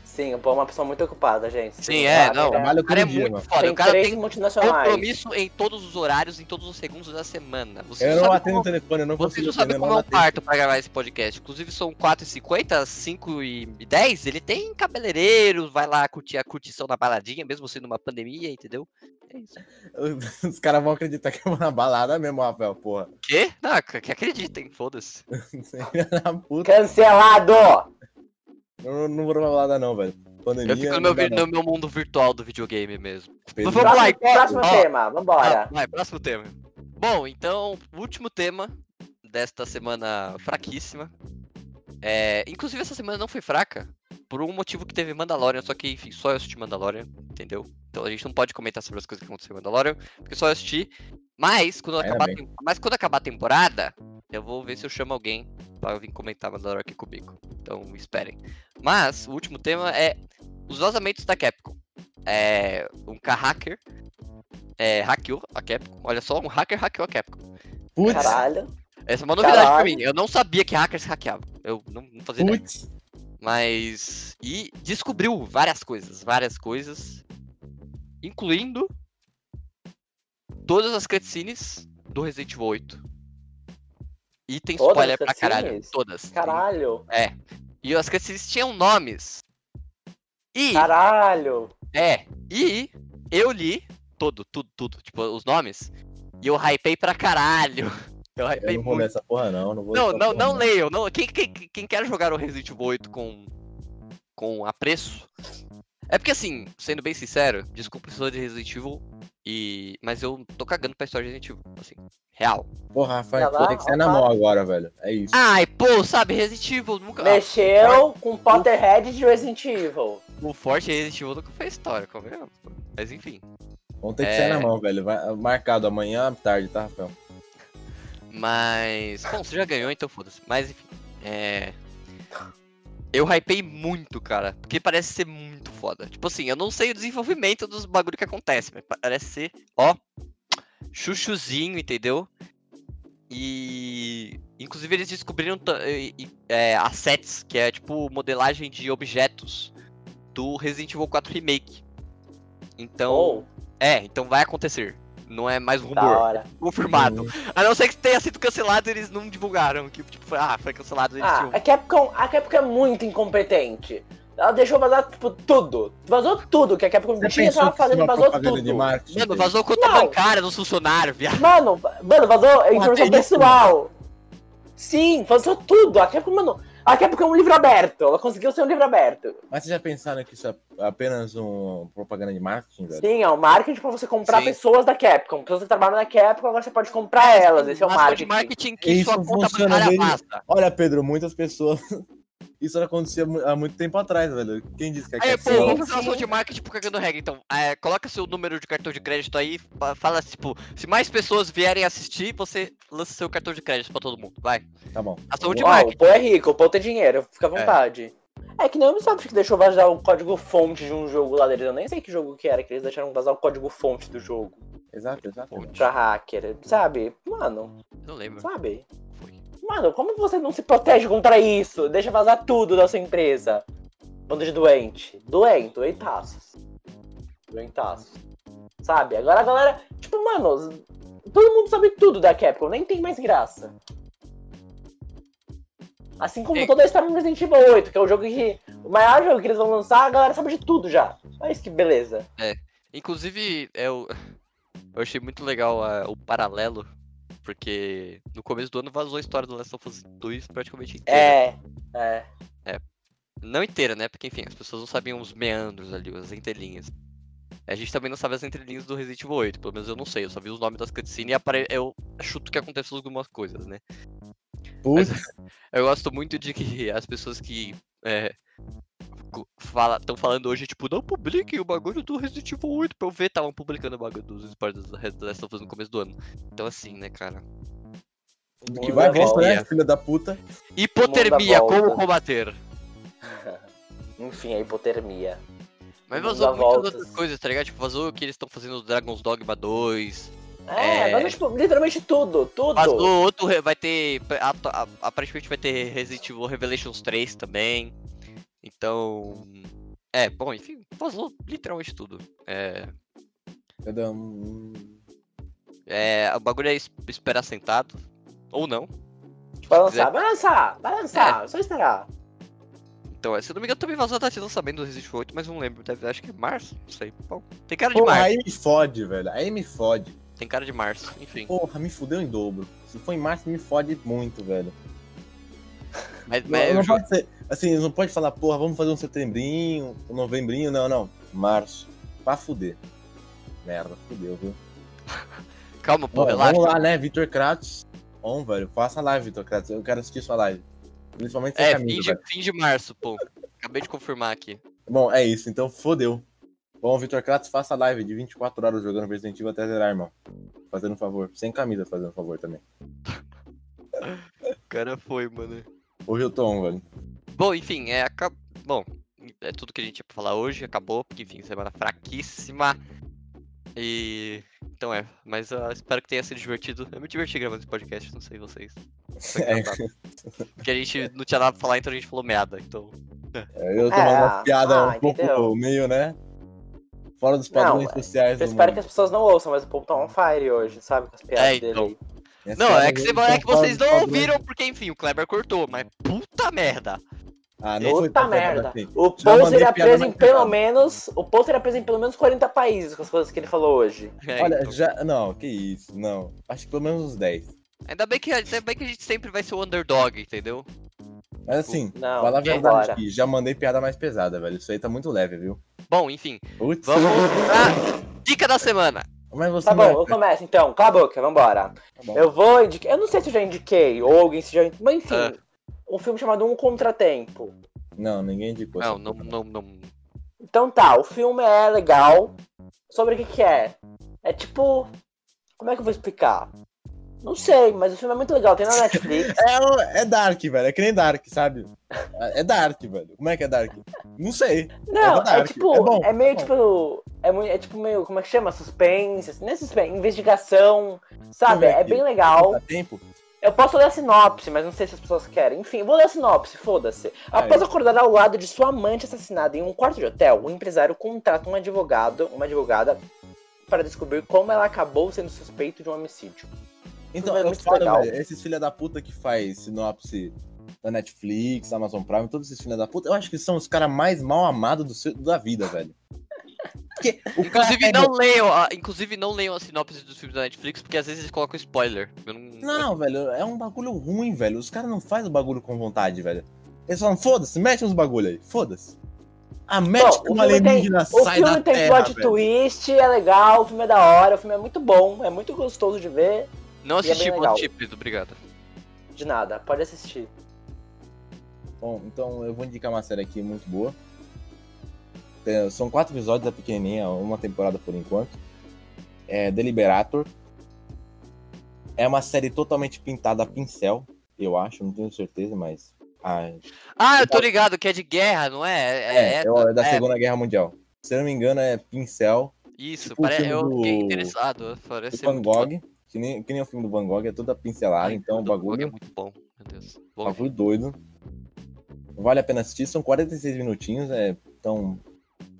Speaker 3: Sim, o Paul é uma pessoa muito ocupada, gente.
Speaker 1: Sim, é,
Speaker 3: sabe,
Speaker 1: não.
Speaker 3: né?
Speaker 2: trabalho
Speaker 1: O
Speaker 2: todo
Speaker 1: cara é
Speaker 2: dia,
Speaker 1: muito
Speaker 2: mano.
Speaker 1: foda.
Speaker 3: Tem
Speaker 1: o cara
Speaker 3: três
Speaker 1: tem
Speaker 3: multinacionais.
Speaker 1: compromisso em todos os horários, em todos os segundos da semana. Você
Speaker 2: Eu
Speaker 1: não
Speaker 2: não
Speaker 1: sabe
Speaker 2: atendo o
Speaker 1: como-
Speaker 2: telefone, eu não
Speaker 1: Vocês
Speaker 2: consigo
Speaker 1: não sabem
Speaker 2: atender,
Speaker 1: como é um
Speaker 2: atendo.
Speaker 1: parto pra gravar esse podcast. Inclusive, são 4h50, 5 e 10 Ele tem cabeleireiro, vai lá curtir a curtição na baladinha, mesmo sendo uma pandemia, entendeu? É isso.
Speaker 2: Os caras vão acreditar que eu vou na balada mesmo, Rafael, porra.
Speaker 1: Quê? Não, ac- que acreditem, foda-se.
Speaker 2: Filha da puta.
Speaker 3: Cancelado!
Speaker 2: Eu não, não vou pra balada não, velho. Pandemia,
Speaker 1: Eu fico no meu,
Speaker 2: não dá
Speaker 1: vi-
Speaker 2: não,
Speaker 1: no meu mundo virtual do videogame mesmo.
Speaker 2: Pedro.
Speaker 1: Vamos lá,
Speaker 3: Próximo,
Speaker 1: então.
Speaker 3: próximo
Speaker 1: Ó.
Speaker 3: tema,
Speaker 1: Ah,
Speaker 3: vambora.
Speaker 1: vai, próximo tema. Bom, então, último tema desta semana fraquíssima. É, inclusive, essa semana não foi fraca, por um motivo que teve Mandalorian, só que, enfim, só eu assisti Mandalorian, entendeu? Então a gente não pode comentar sobre as coisas que aconteceram em Mandalorian, porque só eu assisti. Mas quando,
Speaker 2: Ainda
Speaker 1: acabar, a
Speaker 2: bem.
Speaker 1: tem- mas quando acabar a temporada, eu vou ver se eu chamo alguém pra vir comentar Mandalorian aqui comigo. Então, esperem. Mas, o último tema é os vazamentos da Capcom. É, um hacker é, hackeou a Capcom. Olha só, um hacker hackeou a Capcom.
Speaker 2: Putz,
Speaker 3: Caralho.
Speaker 1: Essa é uma novidade pra
Speaker 3: Caralho.
Speaker 1: mim. Eu não sabia que hackers hackeavam. Eu não, não fazia ideia.
Speaker 2: putz.
Speaker 1: Mas. E descobriu várias coisas, várias coisas. Incluindo todas as cutscenes do Resident Evil 8. E tem
Speaker 3: Todas
Speaker 1: spoiler
Speaker 3: as
Speaker 1: pra caralho.
Speaker 3: cutscenes?
Speaker 1: Todas. Tem-
Speaker 3: Caralho.
Speaker 1: E as cutscenes tinham nomes. E.
Speaker 3: Caralho.
Speaker 1: É, e eu li todo, tudo, tudo, tipo, os nomes, e eu hypei pra caralho. Eu
Speaker 2: Eu
Speaker 1: hypei
Speaker 2: não vou ler
Speaker 1: muito.
Speaker 2: essa porra não, não vou ler
Speaker 1: Não,
Speaker 2: essa
Speaker 1: não,
Speaker 2: porra,
Speaker 1: não leiam. Não. Quem, quem, quem quer jogar o Resident Evil 8 com, com apreço. É porque assim, sendo bem sincero, desculpa o de Resident Evil, e... mas eu tô cagando pra história de Resident Evil, assim, real.
Speaker 2: Porra, Rafael,
Speaker 3: Tá
Speaker 2: vou
Speaker 3: lá,
Speaker 2: ter que sair na
Speaker 3: rapaz.
Speaker 2: mão agora, velho. É isso.
Speaker 1: Ai, pô, sabe, Resident Evil nunca. ah,
Speaker 3: Mexeu com Potterhead de Resident Evil.
Speaker 1: O forte Resident Evil nunca foi história, convenhamos. pô. Mas enfim.
Speaker 2: Vamos ter que
Speaker 1: É.
Speaker 2: sair na mão, velho. Vai- marcado amanhã à tarde, tá, Rafael?
Speaker 1: Mas. Bom, você já ganhou, então foda-se. Mas enfim. É. Eu hypei muito, cara. Porque parece ser muito foda. Tipo assim, eu não sei o desenvolvimento dos bagulho que acontece, mas parece ser, ó. Chuchuzinho, entendeu? E. Inclusive eles descobriram ta- e- e- é, assets, que é tipo modelagem de objetos do Resident Evil 4 Remake. Então.
Speaker 3: Oh,
Speaker 1: É, então vai acontecer. Não é mais rumor.
Speaker 3: da hora.
Speaker 1: Confirmado. A não ser que tenha sido cancelado e eles não divulgaram. Que, tipo, foi- ah, foi cancelado eles
Speaker 3: Ah,
Speaker 1: tinham.
Speaker 3: a Capcom, a Capcom é muito incompetente. Ela deixou vazar, tipo, tudo. Vazou tudo que a Capcom tinha e tava fazendo, vazou tudo.
Speaker 2: é de marketing?
Speaker 1: Mano, vazou conta
Speaker 3: Não.
Speaker 1: bancária dos funcionários, viado.
Speaker 3: Mano, mano, vazou a
Speaker 2: tem
Speaker 3: informação
Speaker 2: isso,
Speaker 3: pessoal. Sim, vazou tudo. A Capcom, mano, a Capcom é um livro aberto. Ela conseguiu ser um livro aberto.
Speaker 2: Mas vocês já pensaram que isso é apenas um propaganda de marketing, velho?
Speaker 3: Sim, é um marketing pra você comprar
Speaker 1: Sim.
Speaker 3: pessoas da Capcom. Pessoas que trabalham na Capcom, agora você pode comprar elas. Esse é o
Speaker 1: Mas foi de
Speaker 3: marketing.
Speaker 1: marketing que
Speaker 2: Isso
Speaker 1: sua conta
Speaker 2: funciona
Speaker 1: bancária
Speaker 2: desde-
Speaker 1: basta.
Speaker 2: Olha, Pedro, muitas pessoas. Isso acontecia mu- há muito tempo atrás, velho. Quem disse que é
Speaker 1: Aí, pô,
Speaker 2: questão-
Speaker 1: vamos fazer uma ação de marketing pro Cagando Regra, então. É, coloca seu número de cartão de crédito aí, fa- fala, tipo, se mais pessoas vierem assistir, você lança seu cartão de crédito pra todo mundo, vai.
Speaker 2: Tá bom.
Speaker 1: Ação de
Speaker 3: Ó,
Speaker 1: marketing.
Speaker 3: o Paul é rico, o Paul tem dinheiro, fica à vontade. É, que nem o Ubisoft que deixou vazar o código fonte de um jogo lá deles. Eu nem sei que jogo que era, que eles deixaram vazar o código fonte do jogo
Speaker 2: Exato, exato.
Speaker 1: é Pô,
Speaker 3: pra hacker. Sabe? Mano,
Speaker 1: Não lembro.
Speaker 3: sabe?
Speaker 1: Foi.
Speaker 3: Mano, como você não se protege contra isso? Deixa vazar tudo da sua empresa. Bando de doente. Doente, doentaços. Doentaços. Sabe? Agora a galera. Tipo, mano, todo mundo sabe tudo da Capcom, nem tem mais graça. Assim como
Speaker 1: É.
Speaker 3: toda a história do Resident Evil 8, que é o jogo que. O maior jogo que eles vão lançar, a galera sabe de tudo já. Olha isso que beleza.
Speaker 1: Inclusive, eu, eu achei muito legal ah, o paralelo, porque no começo do ano vazou a história do Last of Us 2 praticamente inteira.
Speaker 3: É. É.
Speaker 1: Não inteira, né? Porque, enfim, as pessoas não sabiam os meandros ali, as entrelinhas. A gente também não sabe as entrelinhas do Resident Evil 8, pelo menos eu não sei. Eu só vi os nomes das cutscenes e apare... eu chuto que aconteceu algumas coisas, né?
Speaker 2: Putz,
Speaker 1: Eu gosto muito de que as pessoas que é, co- fala, estão falando hoje, tipo, não publiquem o bagulho do Resident Evil 8 pra eu ver, estavam publicando o bagulho dos spoilers do Red- The Last of Us no começo do ano. Então assim, né, cara.
Speaker 2: que vai
Speaker 3: Mundo da
Speaker 2: volta, né,
Speaker 1: Hipotermia.
Speaker 2: filha da puta?
Speaker 1: Hipotermia, como
Speaker 3: volta.
Speaker 1: combater?
Speaker 3: Enfim, a hipotermia.
Speaker 1: Mas
Speaker 3: Dá
Speaker 1: vazou muitas
Speaker 3: voltas.
Speaker 1: outras coisas, tá ligado? Tipo, vazou o que eles estão fazendo do Dragon's Dogma 2.
Speaker 3: É,
Speaker 1: É.
Speaker 3: mas tipo, literalmente tudo, tudo.
Speaker 1: Vazou outro, re- vai ter. ap- ap- Aparentemente vai ter Resident Evil Revelations 3 também. Então. É, bom, enfim, vazou literalmente tudo. É.
Speaker 2: Cada um.
Speaker 1: é o bagulho é es- esperar sentado. Ou não.
Speaker 3: Vai lançar, vai lançar, vai
Speaker 1: é.
Speaker 3: lançar, só esperar.
Speaker 1: Então, é, se eu não me engano, também vazou a data de lançamento do Resident Evil 8, mas não lembro. Deve, acho que é março, não sei. Bom, tem cara de
Speaker 2: Porra,
Speaker 1: março.
Speaker 2: aí me fode, velho. Aí me fode.
Speaker 1: Tem cara de março, enfim.
Speaker 2: Porra, me fudeu em dobro. Se for em março, me fode muito, velho.
Speaker 1: Mas,
Speaker 2: Não,
Speaker 1: mas
Speaker 2: não
Speaker 1: o jogo-
Speaker 2: pode ser- assim, eles não pode falar, porra, vamos fazer um setembrinho, um novembrinho, não, não. Março. Pra fuder. Merda, fudeu, viu?
Speaker 1: calma, pô,
Speaker 2: Ó,
Speaker 1: relaxa.
Speaker 2: vamos lá, né, Vitor Kratos. Bom, velho, faça a live, Vitor Kratos. Eu quero assistir sua live. Principalmente sem
Speaker 1: É,
Speaker 2: camisa,
Speaker 1: fim de,
Speaker 2: velho.
Speaker 1: fim de março, pô. Acabei de confirmar aqui.
Speaker 2: Bom, é isso, então fodeu. Bom, Vitor Kratos, faça a live de 24 horas jogando Resident Evil até zerar, irmão. Fazendo um favor. Sem camisa, fazendo um favor também.
Speaker 1: O cara foi, mano.
Speaker 2: Hoje eu tô on, velho.
Speaker 1: Bom, enfim, é. aca- Bom, é tudo que a gente tinha pra falar hoje, acabou, porque, enfim, semana fraquíssima. E. Então é, mas ah, espero que tenha sido divertido. Eu me diverti gravando esse podcast, não sei vocês. Foi
Speaker 2: É.
Speaker 1: engraçado. Porque a gente não tinha nada pra falar, então a gente falou meada. Então.
Speaker 2: Eu tô
Speaker 3: É,
Speaker 2: mandando uma piada
Speaker 3: ah,
Speaker 2: um pouco
Speaker 3: entendeu.
Speaker 2: meio, né? Fora dos padrões
Speaker 3: Não, é.
Speaker 2: sociais do
Speaker 3: Eu espero que
Speaker 2: mundo.
Speaker 3: as pessoas não ouçam, mas o povo tá on fire hoje, sabe? Com as piadas
Speaker 1: É, então.
Speaker 3: dele.
Speaker 2: Minhas
Speaker 1: Não,
Speaker 2: piadas
Speaker 1: é que, cê-
Speaker 2: não
Speaker 1: é
Speaker 2: são
Speaker 1: que
Speaker 2: fora
Speaker 1: vocês
Speaker 2: dos
Speaker 1: não
Speaker 2: padrões.
Speaker 1: ouviram, porque, enfim, o Kleber cortou, mas puta merda.
Speaker 2: Ah, não foi
Speaker 3: Puta
Speaker 2: tão piada
Speaker 3: merda.
Speaker 2: assim.
Speaker 3: O
Speaker 2: Já
Speaker 3: Paul
Speaker 2: mandei
Speaker 3: seria
Speaker 2: piada
Speaker 3: preso
Speaker 2: mais
Speaker 3: em pelo
Speaker 2: pesada.
Speaker 3: menos. O Paul seria preso em pelo menos 40 países com as coisas que ele falou hoje.
Speaker 1: É,
Speaker 2: Olha,
Speaker 1: então.
Speaker 2: já. Não, que isso, não. Acho que pelo menos uns 10.
Speaker 1: Ainda bem, que, ainda bem que a gente sempre vai ser o underdog, entendeu?
Speaker 2: Mas assim,
Speaker 3: Não,
Speaker 2: fala a verdade
Speaker 3: vambora.
Speaker 2: aqui. Já mandei piada mais pesada, velho. Isso aí tá muito leve, viu?
Speaker 1: Bom, enfim,
Speaker 2: Putz,
Speaker 1: vamos pra dica da semana.
Speaker 2: mas você
Speaker 3: Tá
Speaker 2: não
Speaker 3: bom,
Speaker 2: é-
Speaker 3: eu começo então. Cala a boca, vambora.
Speaker 2: Tá bom.
Speaker 3: Eu vou indicar. Eu não sei se eu já indiquei, ou alguém se já. in- Mas enfim,
Speaker 1: Ah.
Speaker 3: um filme chamado Um Contratempo.
Speaker 2: Não, ninguém indicou.
Speaker 1: Não,
Speaker 2: essa
Speaker 1: não,
Speaker 2: porra,
Speaker 1: não, não.
Speaker 3: Então tá, o filme é legal. Sobre o que, que é? É tipo. Como é que eu vou explicar? Não sei, mas o filme é muito legal, tem na Netflix.
Speaker 2: É, o- é Dark, velho. É que nem Dark, sabe? É Dark, velho. Como é que é Dark? Não sei. É
Speaker 3: Não, é,
Speaker 2: verdade,
Speaker 3: tipo,
Speaker 2: é
Speaker 3: é,
Speaker 2: bom, é
Speaker 3: meio
Speaker 2: bom.
Speaker 3: tipo. É, mui- é tipo meio, como é que chama? Suspense, assim, não é suspense, investigação, sabe?
Speaker 2: Deixa eu ver
Speaker 3: É
Speaker 2: aqui.
Speaker 3: bem legal.
Speaker 2: Dá tempo?
Speaker 3: Eu posso ler a sinopse, mas não sei se as pessoas querem. Enfim, vou ler a sinopse,
Speaker 2: É
Speaker 3: foda-se. Após
Speaker 2: Aí.
Speaker 3: acordar ao lado de sua amante assassinada em um quarto de hotel, o empresário contrata um advogado, uma advogada, para descobrir como ela acabou sendo suspeito de um homicídio.
Speaker 2: Então,
Speaker 3: É
Speaker 2: eu
Speaker 3: muito
Speaker 2: falo,
Speaker 3: legal.
Speaker 2: velho, esses filha da puta que faz sinopse da Netflix, Amazon Prime, todos esses filha da puta, eu acho que são os caras mais mal amados do seu- da vida, velho. Porque o cara
Speaker 1: Inclusive
Speaker 2: pega-
Speaker 1: não, leiam, a- inclusive, não leiam a sinopse dos filmes da Netflix, porque às vezes eles colocam spoiler. Eu não...
Speaker 2: Não, velho, é um bagulho ruim, velho. Os caras não fazem o bagulho com vontade, velho. Eles falam, foda-se, mete uns bagulho aí, foda-se. Ah, mete
Speaker 3: Bom,
Speaker 2: com
Speaker 3: o
Speaker 2: uma
Speaker 3: filme tem-
Speaker 2: alienígena,
Speaker 3: O
Speaker 2: sai da
Speaker 3: filme tem
Speaker 2: terra,
Speaker 3: plot
Speaker 2: velho.
Speaker 3: twist, é legal, o filme é da hora, o filme é muito bom, é muito gostoso de ver.
Speaker 1: não
Speaker 3: E é bem
Speaker 1: assisti
Speaker 3: legal.
Speaker 1: Bom Chips, obrigado.
Speaker 3: De nada, pode assistir.
Speaker 2: Bom, então eu vou indicar uma série aqui muito boa. É, São quatro episódios da pequenininha, uma temporada por enquanto. É Deliberator. É uma série totalmente pintada a pincel, eu acho, não tenho certeza, mas. Ah,
Speaker 1: Ah, eu tô ligado, que é de guerra, não é? É,
Speaker 2: é,
Speaker 1: é-
Speaker 2: é, o- é da
Speaker 1: é.
Speaker 2: Segunda Guerra Mundial. Se eu não me engano, é pincel,
Speaker 1: isso,
Speaker 2: tipo o
Speaker 1: parece,
Speaker 2: filme
Speaker 1: eu fiquei
Speaker 2: do-
Speaker 1: interessado.
Speaker 2: do
Speaker 1: Parece
Speaker 2: Van Gogh. Que nem, que nem o filme do Van Gogh, é toda pincelada, então o
Speaker 1: É
Speaker 2: bagulho,
Speaker 1: muito bom, meu Deus.
Speaker 2: o
Speaker 1: Bom,
Speaker 2: bagulho doido. Vale a pena assistir, são 46 minutinhos, é, então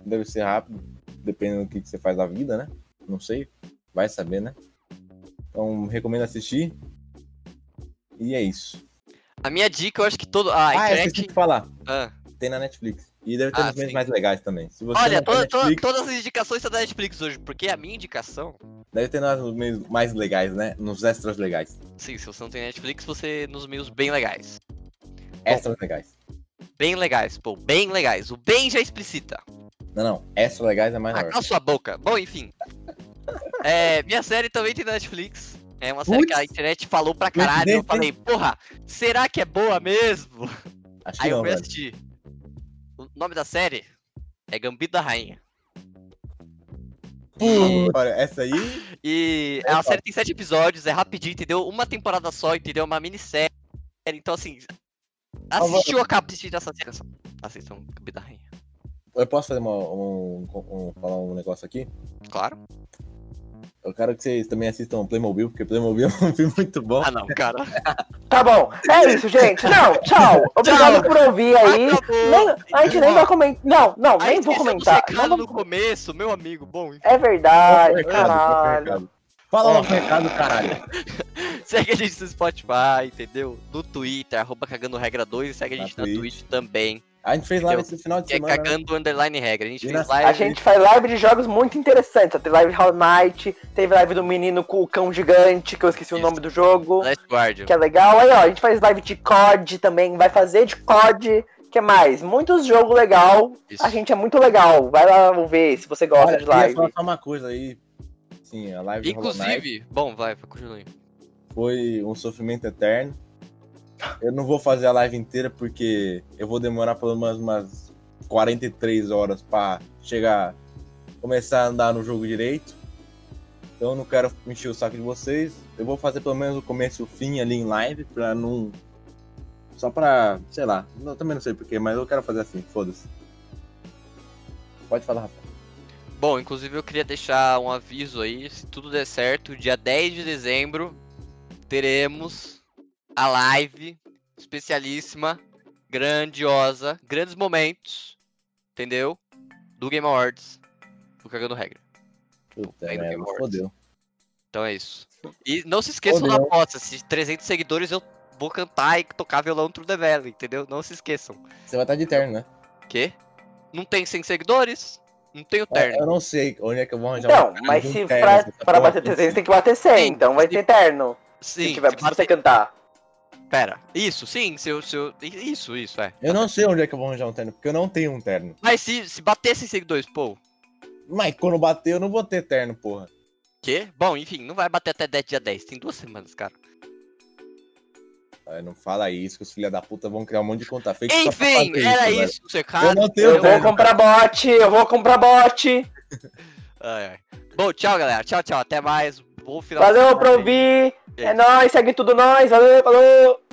Speaker 2: deve ser rápido, dependendo do que que você faz da vida, né? Não sei, vai saber, né? Então recomendo assistir. E é isso.
Speaker 1: a minha dica, eu acho que todo. Ah,
Speaker 2: Ah,
Speaker 1: a
Speaker 2: é, esqueci
Speaker 1: internet.
Speaker 2: de falar.
Speaker 1: Ah.
Speaker 2: Tem na Netflix. E deve ter
Speaker 1: Ah,
Speaker 2: uns memes
Speaker 1: sim.
Speaker 2: mais legais também. Se você
Speaker 1: Olha,
Speaker 2: não tem
Speaker 1: toda- toda-
Speaker 2: Netflix,
Speaker 1: todas as indicações são da Netflix hoje, porque a minha indicação.
Speaker 2: deve ter nos memes mais legais, né? Nos extras legais.
Speaker 1: Sim, se você não tem Netflix, você nos meios bem legais. É.
Speaker 2: Extras legais.
Speaker 1: Bem legais, pô, bem legais. O bem já é explicita.
Speaker 2: Não, não. Extras legais é mais
Speaker 1: Ah,
Speaker 2: hora.
Speaker 1: cala sua boca. Bom, enfim. É, minha série também tem na Netflix. É uma série
Speaker 2: Putz.
Speaker 1: que a internet falou pra caralho. Eu falei, porra, será que é boa mesmo?
Speaker 2: Acho que
Speaker 1: Aí eu
Speaker 2: não,
Speaker 1: fui
Speaker 2: velho.
Speaker 1: assistir. O nome da série é Gambito da Rainha.
Speaker 2: Pô, olha, essa aí.
Speaker 1: E
Speaker 2: É
Speaker 1: a
Speaker 2: top.
Speaker 1: série tem sete episódios, é rapidinho, entendeu? Uma temporada só, entendeu? É Uma minissérie. Então, assim,
Speaker 2: vou-
Speaker 3: Então
Speaker 1: assistiu, acaba assistindo essa série. Assistam Gambito da Rainha.
Speaker 2: Eu posso fazer uma, um, um- falar um negócio aqui?
Speaker 1: Claro.
Speaker 2: Eu quero que vocês também assistam Playmobil, porque Playmobil é um filme muito bom.
Speaker 1: Ah, não, cara.
Speaker 3: Tá bom. É isso, gente. Não, tchau. Obrigado por ouvir aí.
Speaker 1: Acabou.
Speaker 3: Nem- a gente nem
Speaker 1: Ó.
Speaker 3: vai comentar. Não, não,
Speaker 1: Ah,
Speaker 3: nem vou
Speaker 1: esquecemos
Speaker 3: comentar.
Speaker 1: o recado
Speaker 3: Não vamos-
Speaker 1: no começo, meu amigo. Bom,
Speaker 3: É verdade,
Speaker 2: Recado,
Speaker 3: caralho.
Speaker 2: recado. Fala logo o recado, caralho.
Speaker 1: segue a gente no Spotify, entendeu? No Twitter, arroba cagando regra 2 e segue a
Speaker 2: Na
Speaker 1: gente na
Speaker 2: Twitch.
Speaker 1: Twitch também.
Speaker 2: A gente fez lá
Speaker 1: Entendeu?
Speaker 2: nesse final de
Speaker 1: Que é
Speaker 2: semana. né?
Speaker 1: cagando underline regra. A gente
Speaker 2: E
Speaker 1: fez
Speaker 2: nas-
Speaker 3: A
Speaker 1: live.
Speaker 3: gente faz live de jogos muito interessantes. Teve live Hall Night, teve live do menino com o cão gigante, que eu esqueci o
Speaker 1: Isso.
Speaker 3: nome do jogo,
Speaker 1: Last Guardian.
Speaker 3: que é legal. Aí, ó, a gente faz live de COD também, vai fazer de COD. que mais? Muitos jogos legal.
Speaker 1: Isso.
Speaker 3: A gente é muito legal. Vai lá ver se você gosta
Speaker 2: Olha,
Speaker 3: de
Speaker 2: eu queria
Speaker 3: live.
Speaker 2: falar só uma coisa aí. Sim, a live do Hollow Knight
Speaker 1: Inclusive, bom, vai, continua aí.
Speaker 2: foi um sofrimento eterno. Eu não vou fazer a live inteira porque eu vou demorar pelo menos umas 43 horas pra chegar, começar a andar no jogo direito. Então eu não quero encher o saco de vocês. Eu vou fazer pelo menos o começo e o fim ali em live pra não. Só pra. sei lá. Eu também não sei porquê, mas eu quero fazer assim, foda-se. Pode falar, Rafa.
Speaker 1: Bom, inclusive eu queria deixar um aviso aí, se tudo der certo, dia 10 de dezembro teremos a live especialíssima, grandiosa, grandes momentos, entendeu? Do Game Awards, do Cagando Regra.
Speaker 2: Puta,
Speaker 1: Aí no
Speaker 2: merda,
Speaker 1: Game Awards.
Speaker 2: fodeu.
Speaker 1: Então é isso. E não se esqueçam da
Speaker 2: Fodeu.
Speaker 1: aposta, se 300 seguidores eu vou cantar e tocar violão True the Valley, entendeu? Não se esqueçam.
Speaker 2: Você vai estar de terno, né?
Speaker 1: Quê? Não tem 100 seguidores? Não tem o terno.
Speaker 2: Eu, eu não sei onde é que eu vou arranjar
Speaker 3: Então,
Speaker 2: um-
Speaker 3: mas
Speaker 2: um
Speaker 3: se
Speaker 2: terno
Speaker 3: pra,
Speaker 2: dessa
Speaker 3: pra
Speaker 2: porra.
Speaker 3: bater 300 tem que bater 100, então vai ter terno.
Speaker 1: Sim,
Speaker 3: se tiver
Speaker 1: se
Speaker 3: pra você
Speaker 1: bater-
Speaker 3: cantar.
Speaker 1: Pera. Isso, sim, seu, seu. Isso, isso, é.
Speaker 2: Eu não sei onde é que eu vou arranjar um terno, porque eu não tenho um terno.
Speaker 1: Mas se, se bater 100 seguidores, pô.
Speaker 2: Mas quando bater, eu não vou ter terno, porra.
Speaker 1: Quê? Bom, enfim, não vai bater até 10 dia 10. Tem duas semanas, cara.
Speaker 2: Ah, Não fala isso, que os filha da puta vão criar um monte de conta fake. só pra
Speaker 1: Enfim,
Speaker 2: fazer
Speaker 1: era
Speaker 2: velho.
Speaker 1: isso, o recado.
Speaker 2: Eu não tenho
Speaker 3: Eu
Speaker 1: entendeu?
Speaker 3: vou
Speaker 2: terno.
Speaker 3: comprar bot, eu vou comprar bot.
Speaker 1: Ai, ai. Bom, tchau, galera. Tchau, tchau. Até mais. Bom final. de
Speaker 3: Valeu
Speaker 1: semana
Speaker 3: pra
Speaker 1: aí.
Speaker 3: ouvir.
Speaker 1: É
Speaker 3: É nóis, segue tudo nós. Valeu, falou.